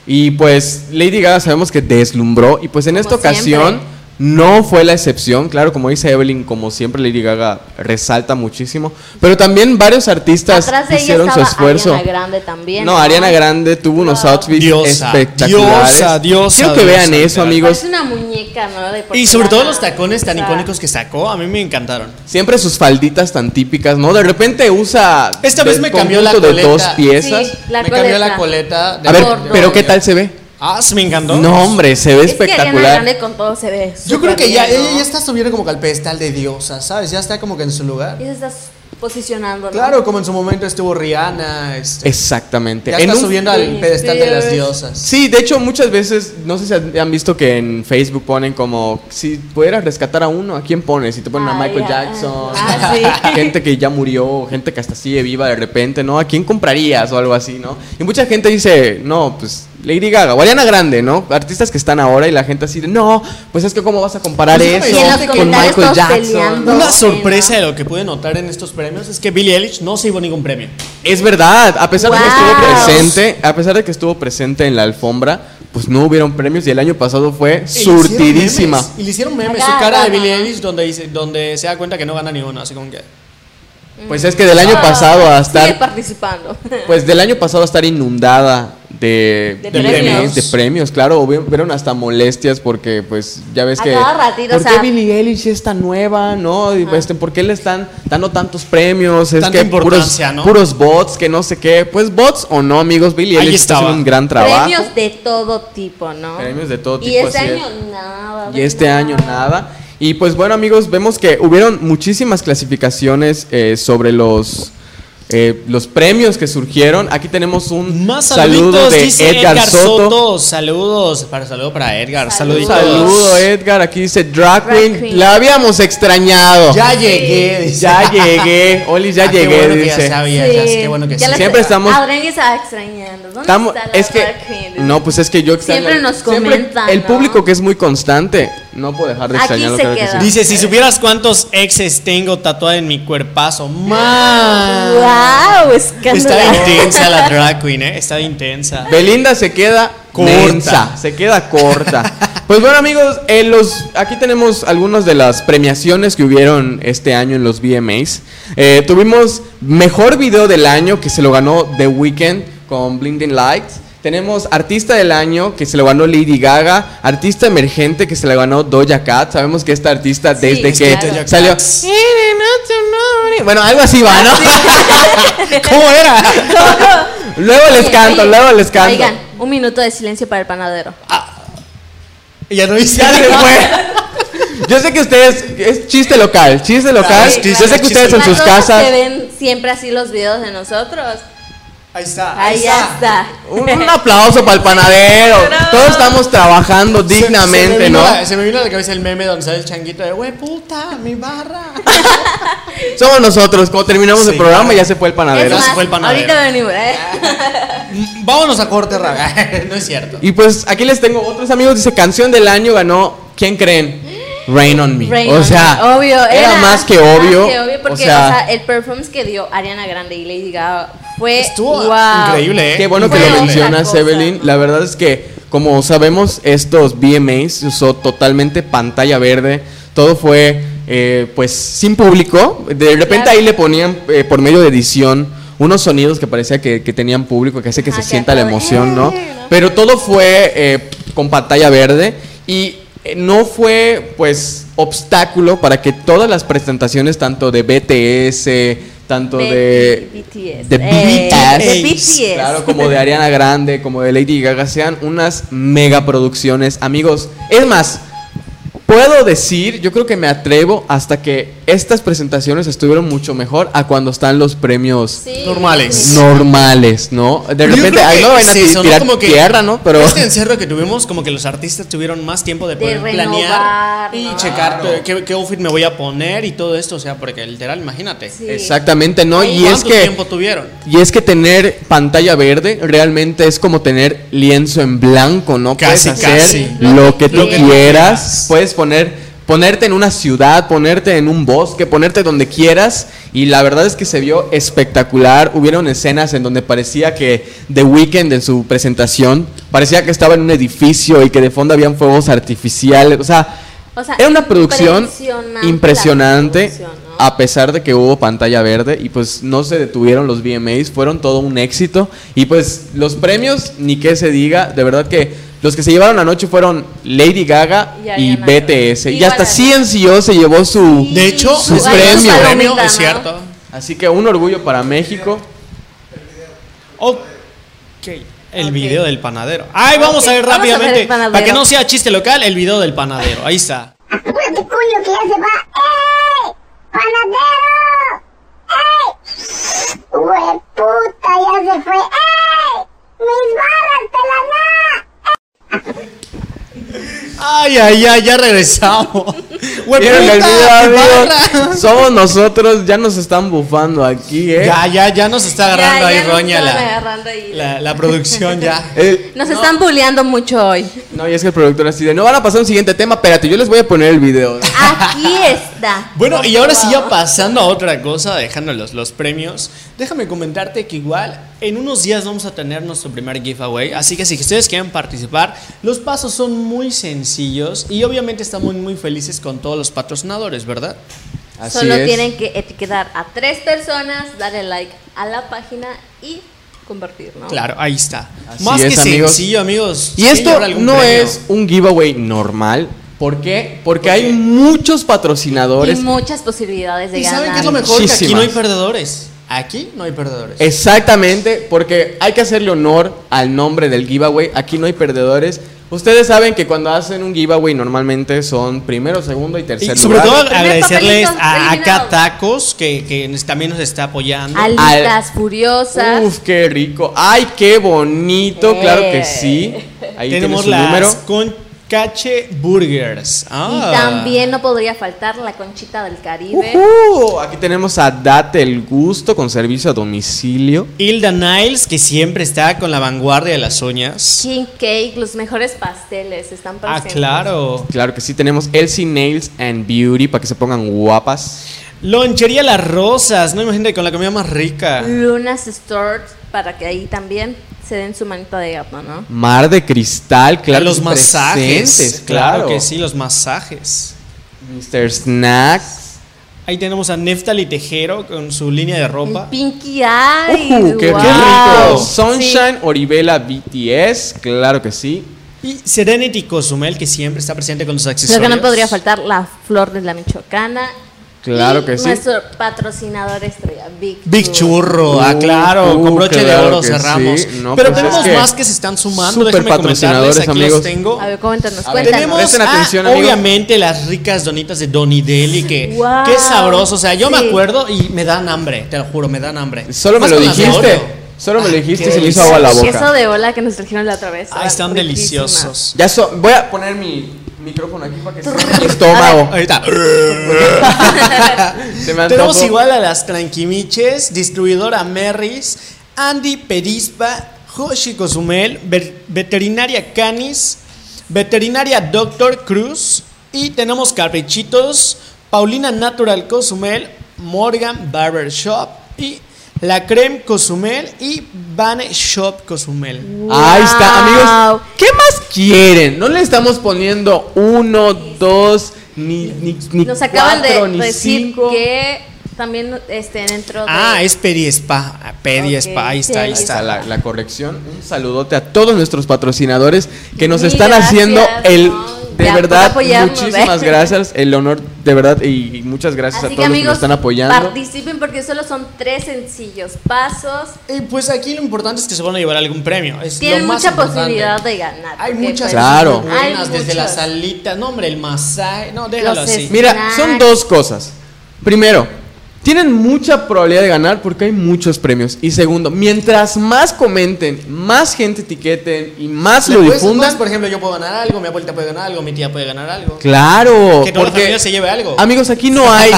C: Y pues Lady Gaga sabemos que deslumbró. Y pues en
B: Como
C: esta ocasión
B: siempre.
C: no fue la excepción. Claro, como dice Evelyn, como siempre Lady Gaga resalta muchísimo. Pero también varios artistas
B: Atrás de ella
C: hicieron
B: estaba
C: su esfuerzo.
B: Ariana Grande también.
C: No, Ariana Grande tuvo unos outfits
A: Diosa,
C: espectaculares.
A: diosa, diosa,
C: Quiero que vean
A: diosa,
C: eso,
A: literal.
C: amigos.
B: Es una muñeca, ¿no?
A: Y sobre todo los tacones tan
B: icónicos
A: icónicos que sacó, a mí me encantaron.
C: Siempre sus falditas tan típicas, ¿no? De repente usa
A: Esta vez
C: del
A: me cambió la
C: conjunto de
A: coleta.
C: dos piezas.
B: Sí, la
A: me cambió
B: coleta.
A: la coleta. de-
C: A ver,
B: Gordo.
C: pero ¿qué tal se ve?
A: Ah, sí, me encantó.
C: No, hombre, se ve
B: Es que Ariana
C: espectacular.
B: Grande con todo se ve.
A: Yo creo
B: súper
A: que ya,
B: bien, ¿no?
A: ella ya está subiendo como que al pedestal de diosa, ¿sabes? Ya está como que en su lugar.
B: Ya se está posicionando, ¿no?
A: Claro, como en su momento estuvo Rihanna. este,
C: Exactamente.
A: ya
C: En
A: está
C: un-
A: subiendo al pedestal de las diosas.
C: Sí, de hecho muchas veces, no sé si han- han visto que en Facebook ponen como, si pudieras rescatar a uno, ¿a quién pones? Y te ponen a
B: Ay,
C: Michael
B: ay.
C: Jackson,
B: Ah, sí.
C: a gente que ya murió, gente que hasta sigue viva de repente, ¿no? ¿A quién comprarías o algo así, ¿no? Y mucha gente dice, no, pues Lady Gaga, o Ariana Grande, ¿no? Artistas que están ahora y la gente así de, no, pues es que cómo vas a comparar
A: Pues,
C: eso
A: y en los
C: con
A: comentarios
C: Michael
B: todos
C: Jackson.
B: peleando.
A: Una
B: Sí,
A: sorpresa
B: ¿no?
A: de lo que pude notar en estos premios es que Billie Eilish no se llevó ningún premio.
C: Es verdad, a pesar de que estuvo
B: Wow.
C: presente, a pesar de que estuvo presente en la alfombra, pues no hubieron premios y el año pasado fue
A: Y le hicieron
C: surtidísima.
A: memes, Y le hicieron memes, su
B: Acá,
A: cara de
B: acá,
A: Billie
B: acá.
A: Eilish donde, dice, donde se da cuenta que no gana ni uno, así como que...
C: Pues es que del año
B: Ah,
C: pasado a
B: Sigue
C: estar,
B: participando.
C: pues del año pasado a estar inundada de,
B: De
A: premios.
C: de premios, claro, hubi- hubieron hasta molestias porque pues ya ves
B: A
C: que
B: cada ratito, o
C: ¿Por
B: sea-
C: qué Billie Eilish es tan nueva, no? Y, Este, ¿por qué le están dando tantos premios? Es
A: Tanta
C: que puros,
A: importancia, ¿no?
C: puros bots, que no sé qué. Pues bots o no, amigos, Billie
A: Ahí
C: Eilish está
A: estaba.
C: haciendo un gran trabajo.
B: Premios de todo tipo, ¿no?
C: Premios de todo
B: Y
C: tipo,
B: este
C: así es.
B: año nada.
C: Y este año nada. Y pues bueno amigos, vemos que hubieron muchísimas clasificaciones eh, sobre los, eh, los premios que surgieron. Aquí tenemos un
A: Más
C: saludo
A: saluditos,
C: de
A: dice
C: Edgar, Soto.
A: Saludos, para saludo para Edgar,
C: Un
B: Saludos.
A: saluditos.
C: saludo Edgar, aquí dice Drag
B: Drag
C: Queen.
B: Queen.
C: La habíamos extrañado.
A: Ya llegué, dice.
C: Ya llegué. Oli, ya
A: Ah, qué
C: llegué,
A: bueno que
C: dice.
A: ya sabía, ya, qué bueno que
B: Ya
A: sí.
B: la-
C: Siempre estamos-
B: Adrián ya está extrañando. ¿Dónde
C: Estamos-
B: está la
C: es que
B: drag queen?
C: no, pues es que yo extraño-
B: Siempre nos comentan,
C: el
B: ¿no?
C: público que es muy constante, no puedo dejar de
B: Aquí
C: extrañarlo.
B: se
C: claro que
B: queda.
C: sí.
A: Dice, si supieras cuántos exes tengo tatuado en mi cuerpazo, más.
C: Ah,
B: ¡Wow!
C: pues,
B: Escándalo.
A: Está intensa la drag queen, ¿eh? Está intensa.
C: Belinda se queda
A: Corta.
C: corta. Se queda corta. Pues bueno amigos, eh, los, aquí tenemos algunas de las premiaciones que hubieron este año en los VMAs. Eh, tuvimos mejor video del año que se lo ganó The Weeknd con Blinding Lights. Tenemos artista del año que se lo ganó Lady Gaga, artista emergente que se lo ganó Doja Cat. Sabemos que esta artista
B: Sí,
C: desde
B: es
C: que
B: que Doja
C: salió...
A: Cat.
C: Bueno, algo así va, ¿no? ¿Cómo era? luego les
B: Oye,
C: canto,
B: oye,
C: luego les canto.
B: Oigan, un minuto de silencio para el panadero.
A: Ya no hice
C: Ya se fue. Yo sé que ustedes es chiste local, chiste local.
A: es chiste,
C: Yo sé
A: es
C: que ustedes
A: chiste.
C: en sus
B: Las cosas
C: casas
B: Que ven siempre así los videos de nosotros.
A: Ahí está.
B: Ahí ya está.
C: un, un aplauso para el panadero.
B: Bravo.
C: Todos estamos trabajando
A: Se- se me
C: dignamente,
A: vino
C: ¿no?
A: la- se me vino a la cabeza el meme donde sale el changuito de, wey, puta, mi barra.
C: Somos nosotros. Cuando terminamos el
A: Sí,
C: programa
A: claro.
C: ya se fue el
B: Es
C: panadero.
A: se
B: más,
A: fue el panadero.
B: ahorita venimos, ¿eh?
A: Mm, Vámonos a corte, Raga. no es cierto.
C: Y pues aquí les tengo otros amigos. Dice canción del año ganó. ¿Quién creen? Rain on me.
B: Rain
C: o
B: on
C: sea,
B: Me. obvio,
C: era, más que obvio.
B: más que obvio, porque,
C: o sea,
B: el performance que dio Ariana Grande y Lady Gaga fue
A: Estuvo
B: wow.
A: increíble, ¿eh?
C: Qué bueno que
B: Fue
C: lo
B: otra
C: mencionas,
B: cosa,
C: Evelyn.
B: ¿no?
C: La verdad es que, como sabemos, estos VMAs se usó totalmente pantalla verde. Todo fue, eh, pues, sin público. De repente
B: Claro.
C: ahí le ponían, eh, por medio de edición, unos sonidos que parecía que, que tenían público, que hace que
B: Ajá,
C: se
B: que
C: sienta la
B: acaba de-
C: emoción, ¿no?
B: ¡Eh!
C: Pero todo fue eh, con pantalla verde y eh, no fue, pues, obstáculo para que todas las presentaciones, tanto de BTS, tanto de
B: BTS.
C: de
B: Eh,
C: BTS.
B: de BTS.
C: Claro, como de Ariana Grande, como de Lady Gaga, sean unas megaproducciones, amigos. Es más, puedo decir, yo creo que me atrevo hasta que estas presentaciones estuvieron mucho mejor a cuando están los premios
B: Sí.
A: Normales.
C: normales, ¿no? De
A: Yo
C: repente,
A: creo
C: ahí
A: que
C: no van a
A: se
C: ti-
A: sonó
C: tirar
A: como que
C: tierra, ¿no? Pero
A: este encierro que tuvimos, como que los artistas tuvieron más tiempo de
B: De
A: poder planear
B: renovar,
A: y
B: ¿no?
A: checar eh, qué, qué outfit me voy a poner y todo esto, o sea, porque literal, imagínate.
B: Sí.
C: exactamente, ¿no? Y es
A: ¿Cuánto
C: que
A: tiempo tuvieron?
C: Y es que tener pantalla verde realmente es como tener lienzo en blanco, ¿no?
A: Casi,
C: puedes hacer
A: casi.
C: lo que tú
A: Lo que tú
C: quieras.
A: quieras.
C: Puedes poner, ponerte en una ciudad, ponerte en un bosque, ponerte donde quieras. Y la verdad es que se vio espectacular. Hubieron escenas en donde parecía que The Weeknd en su presentación parecía que estaba en un edificio y que de fondo habían fuegos artificiales. O sea,
B: O sea,
C: era una producción
B: impresionante la
C: impresionante.
B: producción, ¿no?
C: A pesar de que hubo pantalla verde y pues no se detuvieron los VMAs, fueron todo un éxito. Y pues los premios, ni qué se diga, de verdad que los que se llevaron anoche fueron Lady Gaga
B: Y Ariana
C: y,
B: Grande.
C: BTS. Y,
B: Igual
C: hasta
B: Ariana.
C: CNCO se llevó su...
B: Sí.
A: De hecho,
C: Su
A: su
C: premio.
A: premio,
B: Palomita,
A: es
B: ¿no?
A: cierto.
C: Así que un orgullo para México.
A: Ok, el video del panadero. Ay, vamos
B: Ok,
A: a ver
B: vamos a ver el
A: rápidamente.
B: panadero.
A: para que no sea chiste local, el video del panadero. Ahí está.
E: Acuérdate, coño, que ya se va. ¡Ey! ¡Panadero! ¡Ey! ¡Hue puta, ya se fue! ¡Ey! ¡Mis barras te las da!
A: Ay, ay, ay, ya regresamos. Güey,
C: ¿Vieron el
A: puta,
C: video,
A: barra.
C: amigos? Somos nosotros, ya nos están bufando aquí, ¿eh?
A: Ya, ya, ya nos está
B: Ya,
A: agarrando
B: ya
A: ahí,
B: nos
A: Roña,
B: están
A: la,
B: agarrando ahí.
A: la- la producción ya.
C: El-
B: Nos están bulleando mucho hoy.
C: Eh, No, y es que el productor así de, no van a pasar un siguiente tema, espérate, yo les voy a poner el video.
B: Aquí está.
A: Bueno, y ahora sí ya pasando a otra cosa, dejando los, los premios, déjame comentarte que igual en unos días vamos a tener nuestro primer giveaway, así que si ustedes quieren participar, los pasos son muy sencillos y obviamente estamos muy felices con todos los patrocinadores, ¿verdad?
C: Así
B: Solo
C: es.
B: tienen que etiquetar a tres personas, darle like a la página y compartir, ¿no?
A: Claro, ahí está.
C: Ah. Así
A: Más
C: es,
A: que
C: amigos.
A: sencillo, amigos.
C: Y
A: Sí,
C: esto
A: habrá algún
C: no
A: premio.
C: es un giveaway normal. ¿Por qué? Porque hay muchos
B: Y
C: patrocinadores.
B: muchas posibilidades de
A: ¿Y
B: ganar.
A: saben qué es lo mejor? Que aquí
C: Muchísimas.
A: no hay perdedores. Aquí no hay perdedores.
C: Exactamente, porque hay que hacerle honor al nombre del giveaway. Aquí no hay perdedores. Ustedes saben que cuando hacen un giveaway normalmente son primero, segundo y
A: y
C: tercer
A: sobre
C: lugar.
A: todo
B: Primer
A: agradecerles
B: papelito,
A: a
B: eliminado.
A: Acá Tacos, que, que nos- también nos está apoyando.
B: Alitas
C: Al-
B: furiosas.
C: Uf, qué rico. Ay, qué bonito. Claro que
B: Eh.
C: sí. Ahí
A: Tenemos
C: tiene su número.
A: las Concache Burgers. Ah.
B: Y también no podría faltar la conchita del Caribe.
C: Ujú, Aquí tenemos a Date el Gusto con servicio a domicilio.
A: Hilda Niles, que siempre está con la vanguardia de las uñas.
B: King cake, los mejores pasteles están
A: Ah,
B: presentes.
A: claro.
C: Claro que sí, tenemos Elsie Nails and Beauty para que se pongan guapas.
A: Lonchería Las Rosas, no imagínate con la comida más rica.
B: Lunas Store para que ahí también se den su manita de gato, ¿no?
C: Mar de cristal, claro.
A: los
C: que
A: masajes.
C: presentes,
A: Claro que sí, los masajes.
C: Mr. Snacks.
A: Ahí tenemos a Neftali Tejero con su línea de ropa.
B: El Pinky Eye.
C: Ujú, Uh, qué
B: guau.
C: rico.
B: Sí.
C: Sunshine, Oribela, BTS, claro que sí.
A: Y Serenity Cozumel, que siempre está presente con los
B: Creo
A: accesorios.
B: que no podría faltar la flor de la Michoacana.
C: Claro
B: Y
C: que sí.
B: Nuestro patrocinador estrella, Big,
A: Big
B: Chur.
A: Churro, ah,
C: Uh,
A: claro, con
C: uh,
A: broche de
C: claro
A: oro
C: que
A: cerramos.
C: sí. No,
A: Pero
C: pues es
A: tenemos
C: que
A: más que se están sumando,
C: súper
A: déjenme
C: patrocinadores,
A: comentarles, aquí los
C: amigos.
A: tengo.
B: A ver, coméntanos,
C: A ver,
B: cuéntanos.
A: Tenemos
C: Presten
A: a,
C: atención, amigos.
A: obviamente las ricas donitas de Donny Deli que
B: Wow,
A: qué sabroso, o sea, yo me
B: sí.
A: acuerdo y me dan hambre, te lo juro, me dan hambre.
C: Solo me
A: Más
C: lo
A: con las de
C: dijiste.
A: Oreo.
C: Solo me lo dijiste y
A: qué
C: se me hizo agua la
B: Queso
C: boca.
B: de ola que nos trajeron la otra vez.
A: Ay, Ah, están
B: Riquísima.
A: deliciosos.
C: Ya so- voy a poner mi micrófono aquí para que se mi estómago.
A: Ahorita.
C: Se me
A: Tenemos
C: antojó.
A: igual a las Tranquimiches, distribuidora Merris, Andy Perispa, Joshi Cozumel, Ver- veterinaria Canis, veterinaria Doctor Cruz y tenemos Caprichitos, Paulina Natural Cozumel, Morgan Barber Shop y La Creme Cozumel y Bane Shop Cozumel.
C: Ahí está,
B: Wow.
C: amigos. ¿Qué más quieren? No le estamos poniendo uno, dos, ni, ni, ni
B: Nos acaban
C: cuatro,
B: de
C: ni
B: decir
C: cinco.
B: que también este, dentro de.
A: Ah, es Peri Spa, ah, Peri
B: Ok,
A: Spa, ahí está, ahí
B: Peri
C: Ahí está
A: está.
C: la, la corrección. Un saludote a todos nuestros patrocinadores que nos
B: Mil
C: están
B: gracias,
C: haciendo el.
B: ¿no?
C: De
B: Ya, pues, por
C: verdad,
B: apoyarnos, ¿eh?
C: muchísimas gracias. El honor, de verdad, y, y muchas gracias
B: Así
C: a
B: que
C: todos los que
B: amigos,
C: nos están apoyando.
B: participen porque solo son tres sencillos pasos.
A: Y pues aquí lo importante es que se van a llevar algún premio. Es
B: Tienen
A: lo más
B: mucha
A: importante.
B: posibilidad de ganar.
A: Hay
B: porque,
A: muchas
B: pues,
C: Claro.
A: cosas buenas,
B: Hay
A: desde la
B: muchas.
A: salita, no hombre, el masaje, no, déjalo
B: Los
A: así.
B: es-
C: Mira, son dos cosas. Primero, tienen mucha probabilidad de ganar porque hay muchos premios. Y segundo, mientras más comenten, más gente etiqueten y más
A: Le
C: lo
A: puedes-
C: difundan.
A: más, por ejemplo, yo puedo ganar algo, mi abuelita puede ganar algo, mi tía puede ganar algo.
C: Claro,
A: Que toda la
C: porque
A: familia se lleve algo.
C: amigos, aquí no hay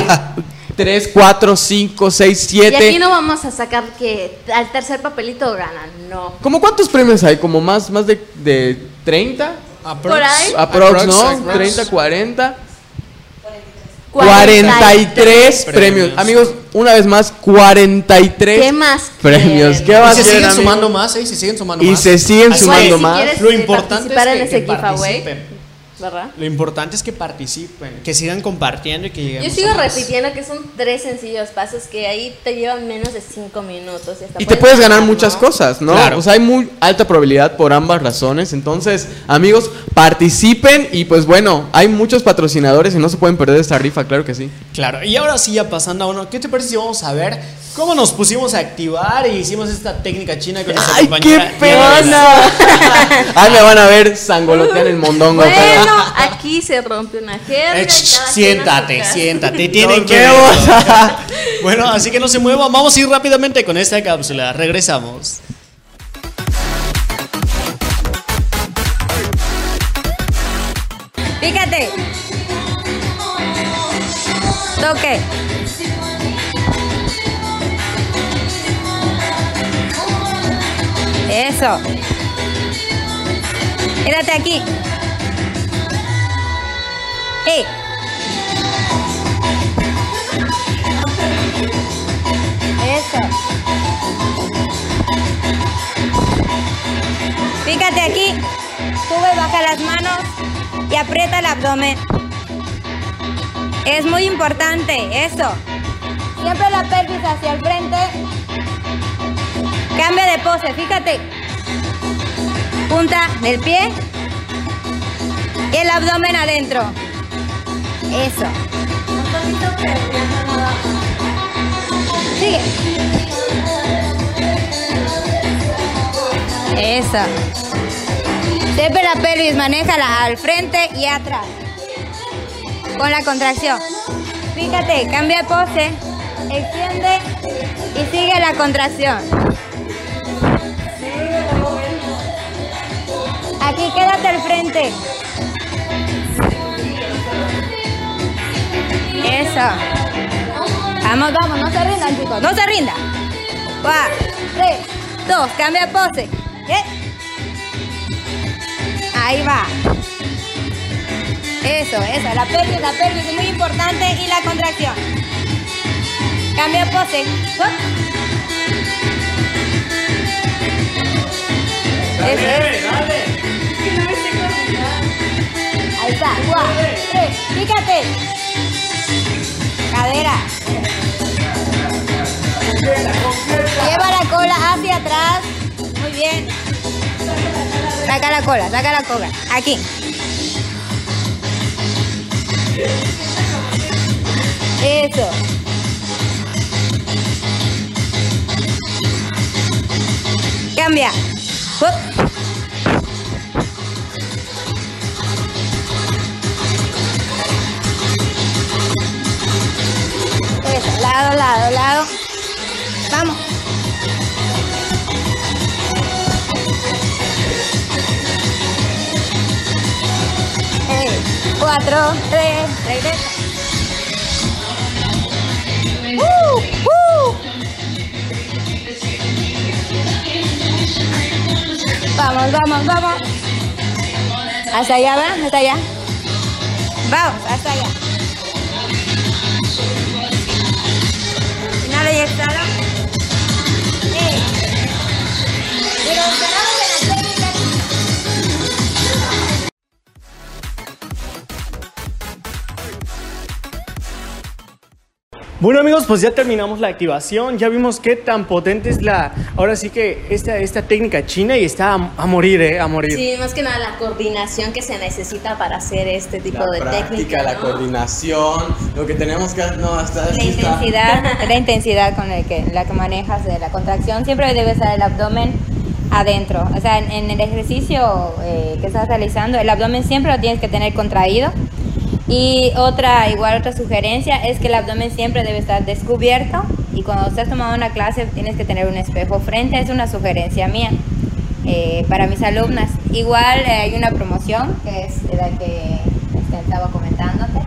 C: 3, 4, 5, 6,
B: Y aquí
C: 7.
B: no vamos a sacar que al tercer papelito ganan, no.
C: ¿Cómo cuántos premios hay? ¿Como más, más de, de 30?
A: Aprox.
B: Por ahí.
C: Aprox, ¿no?
A: aprox.
C: 30, 40.
B: 43.
C: 43 premios.
A: Premios.
C: Amigos, una vez más, 43
B: ¿Qué más
C: premios.
B: quieren?
C: ¿Qué
B: Y
A: Y
C: más
A: se
C: quieren,
A: siguen
C: amigos?
A: sumando más, ¿eh? Se siguen sumando
C: Y
A: más.
C: se siguen
A: Así
C: sumando
A: que,
B: si
C: más.
B: quieres,
A: Lo
B: eh,
A: importante es
B: participar en
A: que,
B: ese
A: que participen.
B: giveaway, ¿verdad?
A: Lo importante es que participen, que sigan compartiendo y que lleguemos
B: Yo
A: a
B: sigo
A: más.
B: repitiendo que son tres sencillos pasos que ahí te llevan menos de cinco minutos. hasta
C: Y te puedes ganar
B: ¿no?
C: muchas cosas, ¿no?
A: Claro.
C: O sea, hay muy alta probabilidad por ambas razones. Entonces, amigos, participen y pues bueno, hay muchos patrocinadores y no se pueden perder esta rifa, claro que sí.
A: Claro, y ahora sí ya pasando a uno, ¿qué te parece si vamos a ver cómo nos pusimos a activar y hicimos esta técnica china con nuestra
C: ¡Ay,
A: compañera?
C: qué
A: Diana Vela?
C: Ahí me van a ver sangolotear el mondongo. pero-
B: Bueno, aquí se rompe una jerga.
A: Eh, ch,
B: y cada quien a
A: ch,
B: su
A: siéntate,
B: casa.
A: siéntate, tienen
C: Nos
A: que
C: vemos.
A: verlo. Bueno, así que no se muevan, vamos a ir rápidamente con esta cápsula. Regresamos.
D: Fíjate. Toque. Eso. Quédate aquí. Ey. Eso. Fíjate aquí. Sube, baja las manos y aprieta el abdomen. Es muy importante eso.
E: Siempre la pelvis hacia el frente.
D: Cambia de pose, fíjate. Punta del pie y el abdomen adentro. Eso. Sigue. Eso. Siempre la pelvis, manéjala al frente y atrás. Con la contracción. Fíjate, cambia pose, extiende y sigue la contracción. Aquí quédate al frente. Eso. Vamos, vamos, no se rindan, chicos, no se rindan. Va, tres, dos, cambia pose. Eh. Ahí va. Eso, eso, la pelvis, la pelvis es muy importante y la contracción. Cambia pose. Hop. Eso, eso. Ahí está, guau, tres, fíjate. Cadera. Lleva la cola hacia atrás. Muy bien. Saca la cola, saca la cola. Aquí. Eso. Cambia. Hop. Eso, lado, lado, lado. Vamos. Eh, Cuatro, tres, regresa. ¡Uh! ¡Uh! Vamos, vamos, vamos. Hasta allá, ¿verdad? Hasta allá. Vamos, hasta allá. Inhala y exhala. Eh. Pero cerramos en la técnica.
A: Bueno amigos, pues ya terminamos la activación, ya vimos qué tan potente es la, ahora sí que esta, esta técnica china y está a, a morir, eh, a morir.
B: Sí, más que nada la coordinación que se necesita para hacer este tipo
C: La
B: de
C: práctica,
B: técnica.
C: la
B: ¿no?
C: coordinación, lo que tenemos que no hasta
D: La intensidad, la intensidad con el que, la que manejas de la contracción siempre debe estar el abdomen adentro. O sea, en, en el ejercicio eh, que estás realizando, el abdomen siempre lo tienes que tener contraído. Y otra, igual otra sugerencia es que el abdomen siempre debe estar descubierto y cuando estés tomando una clase tienes que tener un espejo frente. Es una sugerencia mía eh, para mis alumnas. Igual eh, hay una promoción que es la que este, estaba comentándote,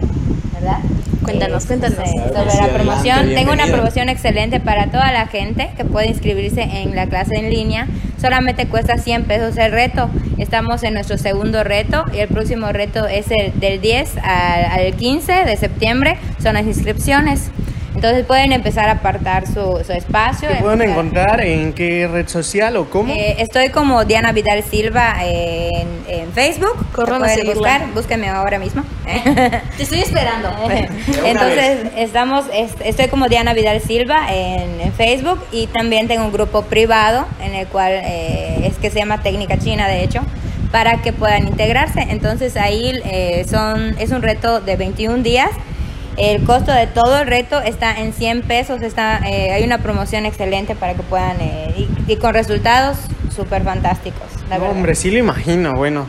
D: ¿verdad? Eh,
B: Cuéntanos, cuéntanos.
D: sobre
C: Sí,
D: la
C: adelante,
D: promoción. Tengo una
C: bienvenida.
D: promoción excelente para toda la gente que puede inscribirse en la clase en línea. Solamente cuesta 100 pesos el reto. Estamos en nuestro segundo reto y el próximo reto es el del 10 al, al 15 de septiembre. Son las inscripciones. Entonces pueden empezar a apartar su, su espacio.
A: ¿Te pueden
D: empezar-
A: encontrar en qué red social o cómo?
D: eh, estoy como Diana Vidal Silva en, en Facebook.
B: Corran a
D: Pueden
B: seguirla.
D: buscar, búsquenme ahora mismo.
B: Te estoy esperando.
A: Eh.
D: Entonces, estamos, es- estoy como Diana Vidal Silva en, en Facebook y también tengo un grupo privado en el cual eh, es que se llama Técnica China, de hecho, para que puedan integrarse. Entonces, ahí eh, son, es un reto de 21 días. El costo de todo el reto está en 100 pesos. Está, eh, hay una promoción excelente para que puedan eh, y, y con resultados súper fantásticos. La
A: No,
D: verdad.
A: hombre, sí lo imagino, bueno.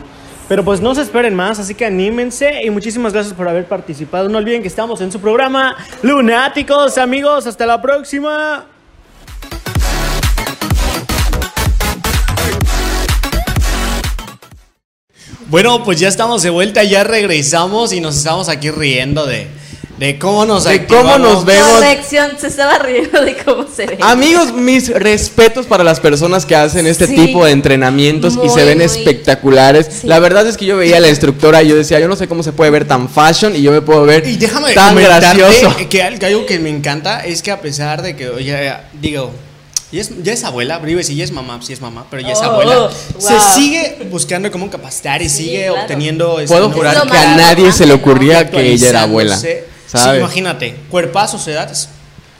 A: Pero pues no se esperen más, así que anímense y muchísimas gracias por haber participado. No olviden que estamos en su programa Lunáticos, amigos, hasta la próxima. Bueno, pues ya estamos de vuelta, ya regresamos y nos estamos aquí riendo de, de cómo nos
C: De cómo
A: activamos.
C: nos vemos.
B: Corrección, se estaba riendo de cómo se ve.
C: Amigos, mis respetos para las personas que hacen este
B: Sí.
C: tipo de entrenamientos y
B: Muy,
C: se ven
B: muy.
C: espectaculares. La verdad es que yo veía a la instructora y yo decía, yo no sé cómo se puede ver tan fashion y yo me puedo ver
A: Y déjame
C: tan
A: comentarte
C: gracioso.
A: que al- que algo que me encanta es que a pesar de que oye, digo, ya es, ya es abuela, digo, sí, ya es mamá, sí es mamá, pero ya es
B: Oh,
A: abuela.
B: wow.
A: Se sigue buscando cómo capacitar y
B: Sí,
A: sigue
B: claro.
A: obteniendo este,
C: Puedo
A: nuevos
C: jurar
B: lo
C: que a
B: más
C: nadie se
B: importante, ¿no?
C: le ocurría que ella era abuela.
A: actualizándose.
C: ¿sabes?
A: Sí, imagínate, cuerpazos, edades.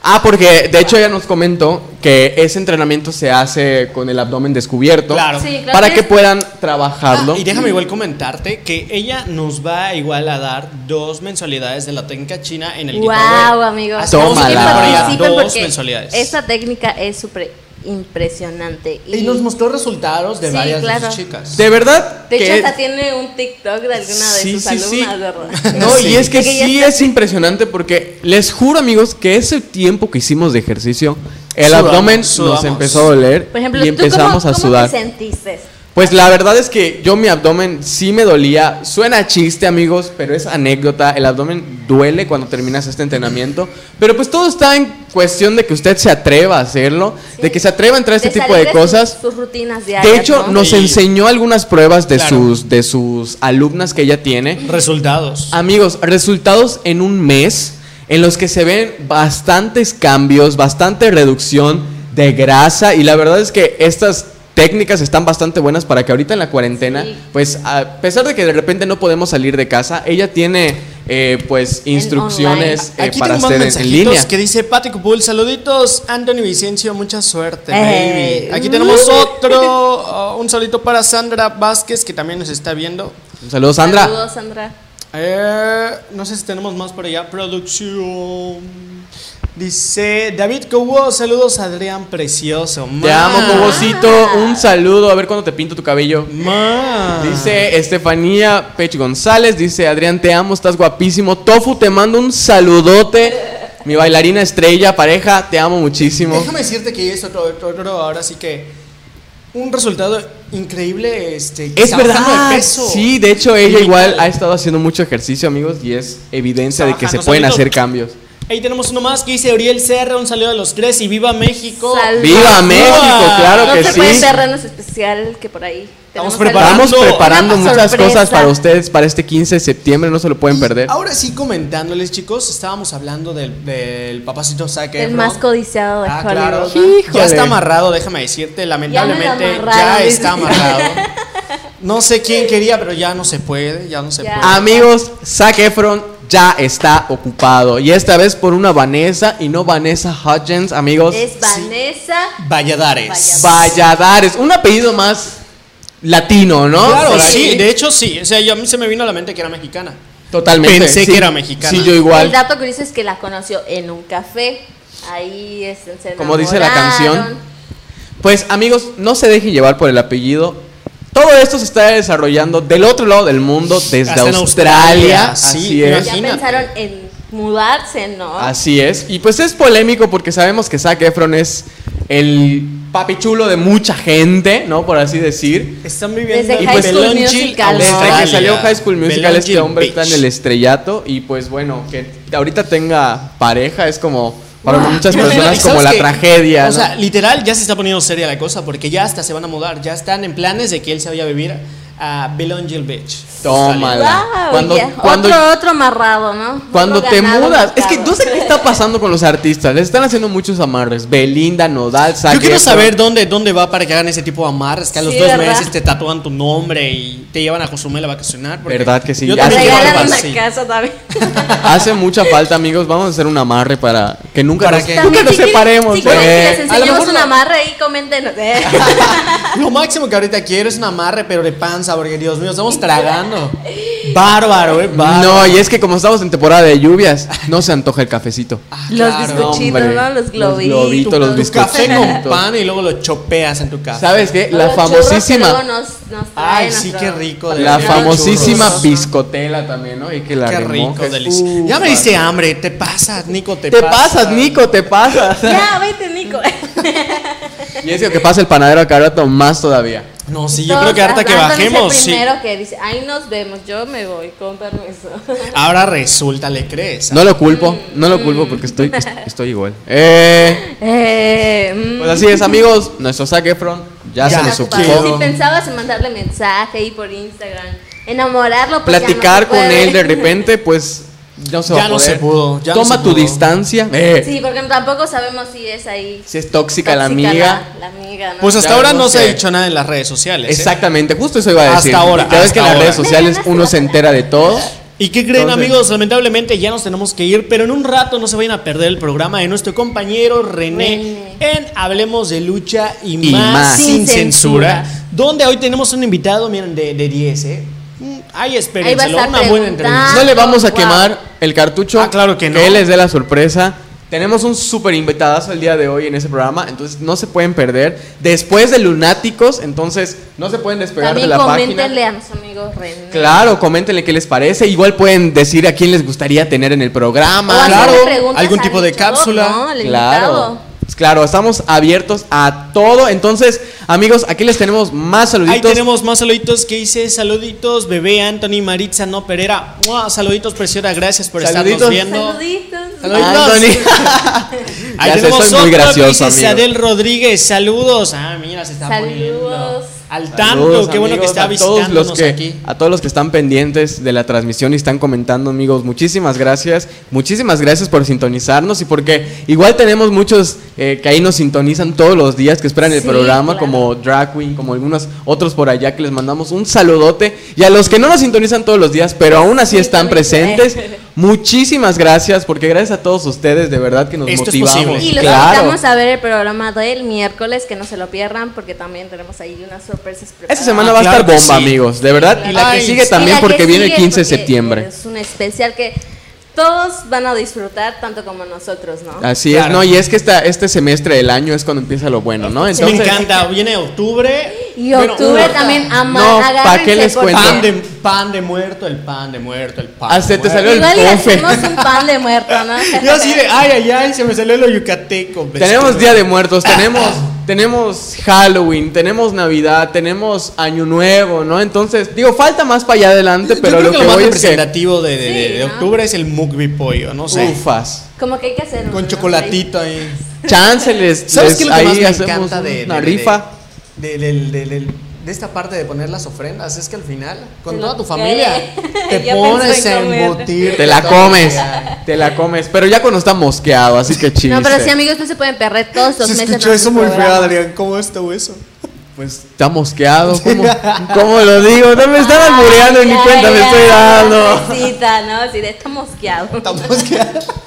C: Ah, porque de hecho ella nos comentó que ese entrenamiento se hace con el abdomen descubierto
A: Claro.
B: Sí, claro.
C: para que
B: tienes-
C: puedan
A: Ah,
C: trabajarlo.
A: y déjame igual comentarte que ella nos va igual a dar dos mensualidades de la técnica china en el
B: Wow, amigos.
A: Así vamos a
C: Tómala.
A: tener por allá
B: Participen
A: dos
B: porque
A: mensualidades.
B: Esta técnica es súper impresionante.
A: Y nos mostró resultados de
B: Sí,
A: varias de
B: claro.
A: sus chicas.
C: De verdad.
B: De hecho,
C: que-
B: hasta tiene un TikTok de alguna de
C: Sí,
B: sus
C: sí, sí.
B: alumnas, ¿verdad?
C: No,
A: Sí.
C: y es que
B: De que ya
C: sí
B: está-
C: es impresionante porque les juro, amigos, que ese tiempo que hicimos de ejercicio, el
A: Sudamos,
C: abdomen
A: sudamos.
C: nos empezó a doler
B: Por ejemplo,
C: y
B: ¿tú cómo-
C: empezamos a
B: cómo
C: sudar.
B: te sentiste?
C: Pues la verdad es que yo mi abdomen sí me dolía. Suena chiste, amigos, pero es anécdota. El abdomen duele cuando terminas este entrenamiento. Pero pues todo está en cuestión de que usted se atreva a hacerlo, de que se atreva a entrar a este tipo
B: salir
C: de
B: sus-
C: cosas.
B: Sus, rutinas diarias.
C: De hecho,
B: ¿no?
C: nos
A: Sí.
C: enseñó algunas pruebas de
A: Claro.
C: sus de sus alumnas que ella tiene.
A: Resultados.
C: Amigos, resultados en un mes en los que se ven bastantes cambios, bastante reducción de grasa y la verdad es que estas técnicas están bastante buenas para que ahorita en la cuarentena,
B: Sí.
C: pues a pesar de que de repente no podemos salir de casa, ella tiene eh, pues instrucciones eh,
A: Aquí
C: para
A: tengo más
C: hacer en- en,
A: mensajitos
C: línea.
A: que dice Pati Cupul, saluditos, Anthony Vicencio, mucha suerte,
D: Ey.
A: baby. Aquí tenemos otro, oh, un saludito para Sandra Vázquez, que también nos está viendo.
C: Un saludo Sandra.
B: Saludos, Sandra.
A: Eh, no sé si tenemos más por allá. Producción. Dice David Cobo, saludos Adrián Precioso.
C: Te
A: Ma.
C: amo, Cobosito. Un saludo. A ver cuándo te pinto tu cabello.
A: Ma.
C: Dice Estefanía Pech González, dice Adrián, te amo, estás guapísimo. Tofu, te mando un saludote. Mi bailarina estrella, pareja, te amo muchísimo.
A: Déjame decirte que es otro, otro, otro, ahora sí que un resultado increíble este que
C: Es
A: está bajando
C: verdad.
A: de peso.
C: Sí, de hecho ella
A: Literal.
C: igual ha estado haciendo mucho ejercicio, amigos, y es evidencia de que se
A: Trabajando,
C: pueden
A: saludos.
C: hacer cambios.
A: Ahí tenemos uno más que dice Uriel Serra, un saludo a los tres y viva México.
B: Saludos.
C: ¡Viva México!
B: No
C: Claro que
B: se pueden
C: sí.
B: terrenos especial que por ahí.
A: Estamos
B: tenemos
A: preparando.
C: Estamos preparando
B: Una
C: muchas
B: sorpresa.
C: cosas para ustedes para este 15 de septiembre, no se lo pueden perder.
A: Ahora sí comentándoles, chicos, estábamos hablando del, del papacito Zac
B: El
A: Efron.
B: más codiciado de
A: Ah, claro.
B: Hollywood.
C: Híjole.
A: Ya está amarrado, déjame decirte, lamentablemente ya,
B: amarraron, dice.
A: está amarrado. No sé quién quería, pero ya no se puede, ya no se
B: Ya.
A: puede.
C: Amigos, Zac Efron ya está ocupado. Y esta vez por una Vanessa y no Vanessa Hudgens, amigos.
B: Es Vanessa.
A: Valladares.
C: Valladares, un apellido más latino, ¿no?
A: Claro,
C: Por ahí.
A: sí, de hecho sí. O sea, yo, a mí se me vino a la mente que era mexicana.
C: Totalmente.
A: Pensé
C: sí.
A: que era mexicana.
C: Sí, yo
B: El
C: igual.
B: dato curioso es que la conoció en un café. Ahí es, se
C: Como dice la canción.
B: enamoraron.
C: Pues amigos, no se dejen llevar por el apellido. Todo esto se está desarrollando del otro lado del mundo, desde
A: Hasta en
C: Australia.
A: Australia, sí,
C: así es.
B: Ya
A: Imagínate.
B: pensaron en mudarse, ¿no?
C: Así es. Y pues es polémico porque sabemos que Zac Efron es el papi chulo de mucha gente, ¿no? por así decir.
A: Están viviendo
B: Desde
A: en
C: High School
A: Belonchil,
B: Musical, ¿no?
C: Desde
A: Australia.
C: que salió High School Musical este
A: Belonchil
C: hombre está en
A: Beach.
C: el estrellato y pues bueno, que ahorita tenga pareja es como para muchas
A: Imagínate,
C: personas
A: ¿sabes
C: como la
A: qué?
C: tragedia.
A: O
C: ¿no?
A: sea, literal, ya se está poniendo seria la cosa porque ya hasta se van a mudar, ya están en planes de que él se vaya a vivir a Belonchil Beach.
C: Tómala.
B: Guau,
C: Cuando-
B: ya.
C: cuando-
B: Ah, otro, otro amarrado, ¿no?
C: Cuando
B: Otro
C: te
B: ganado
C: mudas, es
B: amarrado.
C: que no sé qué está pasando con los artistas, les están haciendo muchos amarres, Belinda, Nodal, Zac
A: Yo quiero
C: Efron.
A: saber dónde, dónde va para que hagan ese tipo de amarres, que a los
B: Sí,
A: dos
B: ¿verdad?
A: meses te tatúan tu nombre y te llevan a consumir la vacacionar. porque
C: ¿Verdad que sí?
A: Yo
C: Ya
A: también
C: sé.
A: quiero
B: Regalan
A: algo
B: una
A: así.
B: casa también.
C: Hace mucha falta, amigos. Vamos a hacer un amarre para que nunca
A: Para
C: nos,
A: que-
C: nunca
B: También,
C: nos
B: si quieren-
C: separemos. ¿eh?
B: Si quieren
C: güey.
B: que
A: A
B: les
A: lo
B: enseñemos
A: mejor
B: un
A: no.
B: amarre ahí, coméntenos. eh.
A: Lo máximo que ahorita quiero es un amarre, pero de panza, porque Dios mío, estamos tragando. Bárbaro, eh, bárbaro.
C: No, y es que como estamos en temporada de lluvias, no se antoja el cafecito.
A: Ah,
B: Los
A: claro.
B: bizcochitos,
C: hombre.
B: ¿no? Los
C: Los
B: globitos.
C: globitos, los
A: Tu café con
C: bizcochitos.
A: pan y luego lo chopeas en tu casa.
C: ¿Sabes qué?
B: Los
C: La
B: churros que luego
C: famosísima,
B: nos- nos traen
A: Ay, sí,
B: nuestro-
A: qué rico. de
C: la
A: verdad,
C: famosísima
A: churros.
C: biscotela también, ¿no? Y que la
A: Qué rico,
C: remojes.
A: delicioso.
C: Uh,
A: Ya me dice hambre, te pasas, Nico, te,
C: Te pasas, Nico, te pasas.
B: Ya, vete, Nico.
C: Y es que lo que pasa el panadero acá al rato más todavía.
A: No, sí, yo creo que harta que
B: Anthony es el
A: bajemos, sí.
B: primero que dice, ahí nos vemos, yo me voy, con permiso.
A: Ahora resulta, le crees.
C: No lo culpo, no lo culpo porque
B: Mm.
C: estoy, estoy igual. Eh,
B: Eh, mm.
C: pues así es, amigos. Nuestro Zac Efron ya,
A: Ya,
C: se les
A: ocupado.
B: Ocupado.
C: ocupó.
B: Si pensabas en mandarle mensaje ahí por Instagram, enamorarlo, pues ya no
C: platicar
B: se
C: con
B: puede.
C: él de repente, pues no se va
A: Ya
C: a
A: no
C: poder.
A: se pudo, ya no
C: Toma
A: se
C: tu
A: pudo.
C: distancia. eh,
B: Sí, porque tampoco sabemos si es ahí.
C: Si es tóxica, la
B: tóxica
C: amiga.
B: La, la amiga, ¿no?
A: Pues hasta
C: Ya
A: ahora
C: no
A: no se ha
C: sé.
A: dicho nada en las redes sociales. ¿eh?
C: Exactamente, justo eso iba a
A: Hasta
C: decir.
A: ahora,
C: Ya ves
A: hasta
C: que en las
A: ahora.
C: redes sociales uno se entera de todo.
A: ¿Y qué creen,
C: Entonces-
A: amigos? Lamentablemente ya nos tenemos que ir, pero en un rato no se vayan a perder el programa de nuestro compañero René, en Hablemos de Lucha y,
C: Y
A: más,
C: más.
A: sin
B: Sin
A: censura,
B: censura.
A: donde hoy tenemos un invitado, miren, de, de 10, ¿eh? Mm, Ahí
B: Ahí va
A: espérenselo,
B: a estar
A: una buena
B: preguntando.
A: entrevista.
C: No le vamos a
B: Wow.
C: quemar el cartucho.
A: Ah, claro que no.
C: Que les dé la sorpresa. Tenemos un súper invitadazo el día de hoy en ese programa, entonces no se pueden perder. Después de Lunáticos, entonces no se pueden despegar
B: También
C: de la
B: coméntenle
C: página.
B: a mis amigos René.
C: Claro, coméntenle qué les parece. Igual pueden decir a quién les gustaría tener en el
B: O
C: programa.
B: hacerle
A: claro,
B: preguntas
A: algún
B: al
A: tipo de
B: luchador,
A: cápsula.
B: ¿no? Al
C: Claro.
B: invitado.
C: Pues Claro, estamos abiertos a todo. Entonces, amigos, aquí les tenemos más
A: Ahí
C: saluditos.
A: tenemos más saluditos que hice. Saluditos, bebé Anthony Maritza No Pereira. ¡Mua! Saluditos, Preciera. Gracias por estarnos
C: Saluditos.
A: viendo.
B: Saluditos.
A: Saluditos.
C: Anthony.
A: Ahí
C: Ya sé,
A: tenemos
C: soy muy
A: otro que
C: gracioso,
A: dice
C: amigo.
A: Adel Rodríguez. Saludos. Ah, mira, se está
B: Saludos.
A: poniendo al tanto.
C: Saludos,
A: Qué bueno que
C: amigos,
A: está
C: a todos
A: visitándonos
C: los que,
A: aquí.
C: A todos los que están pendientes de la transmisión y están comentando, amigos, muchísimas gracias. Muchísimas gracias por sintonizarnos y porque igual tenemos muchos eh, que ahí nos sintonizan todos los días, que esperan el
B: Sí,
C: programa,
B: claro.
C: como Drag Queen, como algunos otros por allá, que les mandamos un saludote. Y a los que no nos sintonizan todos los días, pero aún así
B: Sí,
C: están
B: también.
C: presentes, muchísimas gracias, porque gracias a todos ustedes, de verdad que nos
A: Esto es
C: motivamos.
A: posible.
B: Y los
C: claro.
B: invitamos a ver el programa del miércoles, que no se lo pierdan, porque también tenemos ahí unas sorpresas preparadas.
C: Esta semana va a
A: Ah, Claro
C: estar
A: que
C: bomba,
A: sí.
C: amigos, de verdad. Y la que
A: Ay,
C: sigue
A: sí.
C: Pues también
B: Y la
C: porque
B: que
C: viene el
B: sigue
C: 15 de
B: porque
C: septiembre.
B: Es un especial que todos van a disfrutar, tanto como nosotros, ¿no?
C: Así
A: Claro.
C: es, no, y es que esta, este semestre del año es cuando empieza lo bueno, ¿no?
B: Este
A: Me
C: Entonces,
A: encanta. Viene octubre.
B: Y
A: Bueno,
B: octubre
A: una-
B: también ama.
C: uh, No, ¿pa'
B: agárrense,
C: qué les
B: por
C: cuento?
A: Pan
B: favor.
A: de, pan de muerto, el pan de muerto, el pan.
C: Ah,
A: de
C: se te
A: muerto.
C: salió el
B: Igual y
C: Confe.
B: hacemos un pan de muerto, ¿no?
A: Yo así de, ay, ay, ay, se me salió lo yucateco.
C: tenemos
A: bestia.
C: Día de Muertos, tenemos, tenemos Halloween, tenemos Navidad, tenemos Año Nuevo, ¿no? Entonces, digo, falta más para allá adelante,
A: Yo
C: pero
A: creo
C: lo que,
A: lo más
C: voy es que...
A: representativo de, de- de-
B: Sí,
A: de
B: ¿no?
A: octubre es el mugby pollo, no sé.
C: Ufas.
B: Como que hay que hacer un-
A: Con chocolatito ahí.
C: Chance les...
A: ¿Sabes
C: les-
A: qué es lo que
C: ahí
A: más me
C: hacemos
A: encanta de,
C: Una
A: de- de-
C: rifa.
A: De, del- del- del- de esta parte de poner las ofrendas es que al final, con
B: Te
A: toda
B: lo-
A: tu familia,
B: ¿Qué?
A: te
B: Yo
A: pones
B: pensé
A: a
B: en comer.
A: embutir.
C: Te la
A: todo
C: comes,
A: el día.
C: te la comes, pero ya cuando está mosqueado, así que chiste.
B: No, pero sí, amigos, no se pueden perder todos los
A: Se
B: meses.
A: escuchó
B: de
A: eso
B: nuestro
A: muy feo,
B: programa.
A: Adrián. ¿Cómo estuvo eso?
C: Pues está mosqueado, ¿cómo, cómo lo digo? No me están albureando en mi
B: Ay,
C: cuenta,
B: ya,
C: me
B: ya,
C: estoy dando.
B: pobrecita, ¿no? Así de, está mosqueado.
A: Estamos que.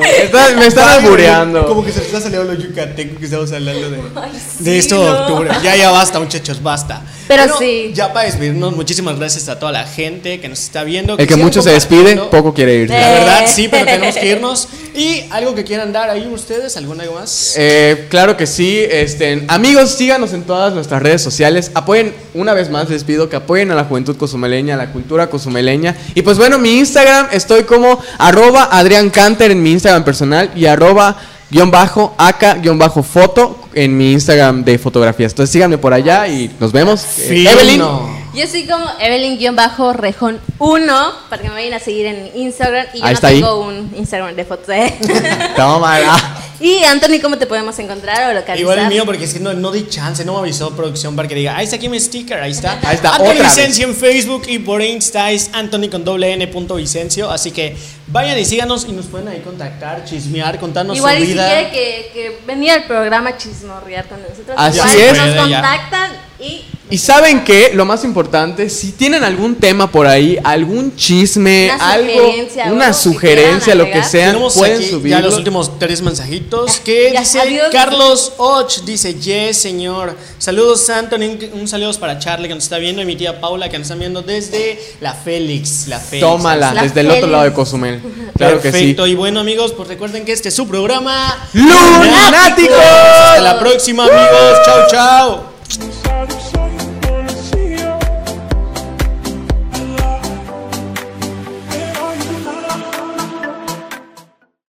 C: Me están- me están
A: Como
C: albureando.
A: que se está saliendo lo yucateco que estamos hablando de.
B: Ay, sí,
A: de esto de
B: no.
A: octubre. Ya, ya basta, muchachos, basta.
B: Pero sí.
A: Ya para despedirnos, muchísimas gracias a toda la gente que nos está viendo.
C: El que
A: sigan
C: mucho se despide,
A: compartiendo.
C: poco quiere irse.
A: La
B: Eh.
A: verdad, sí, pero tenemos que irnos. Y algo que quieran dar ahí ustedes, ¿Alguna algo más.
C: Eh, claro que sí, este, amigos, síganos en todas nuestras redes sociales. Apoyen, una vez más les pido que apoyen a la juventud cozumeleña, a la cultura cozumeleña. Y pues bueno, mi Instagram estoy como arroba Adrián Canter en mi Instagram personal y arroba guión bajo acá guión bajo foto en mi Instagram de fotografías. Entonces síganme por allá y nos vemos. Eh,
A: Fino.
C: Evelyn.
B: Yo soy como Evelyn-Rejón1 para que me vayan a seguir en Instagram. Y yo
C: Ahí
B: no
C: está ahí.
B: tengo un Instagram de fotos. ¿eh?
C: Tómala.
B: y Anthony, ¿cómo te podemos encontrar o localizar?
A: Igual el mío, porque es que no, no di chance, no me avisó producción para que diga, ahí está aquí mi sticker, ahí está.
C: Ahí está,
A: Anthony
C: otra
A: Vicencio en Facebook y por Insta es Anthony con doble N punto Vicencio. Así que vayan y síganos y nos pueden ahí contactar, chismear, contarnos
B: Igual
A: su
B: y si
A: vida.
B: quiere que, que venía al programa a chismorrear con nosotros.
C: Así
B: igual
C: es.
B: Nos
A: Puede, ya.
B: contactan y...
C: Y saben que lo más importante, si tienen algún tema por ahí, algún chisme,
B: Una
C: algo,
B: sugerencia, algo
C: una
B: que
C: sugerencia,
B: quieran
C: lo que
B: agregar.
C: sea,
A: Tenemos
C: pueden
A: aquí
C: subirlo.
A: ya los últimos tres mensajitos que
B: Ya,
A: dice
B: adiós.
A: Carlos Och, dice, yes, señor. Saludos, Anthony. Un saludo para Charlie que nos está viendo y mi tía Paula que nos está viendo desde la Félix. La Félix.
C: Tómala,
B: La
C: desde el otro
B: feliz.
C: lado de Cozumel. Claro
A: Perfecto.
C: que sí.
A: Y bueno, amigos, pues recuerden que este es su programa.
C: ¡Lunáticos!
A: Hasta la próxima, amigos. Chao, chao.
B: Chao.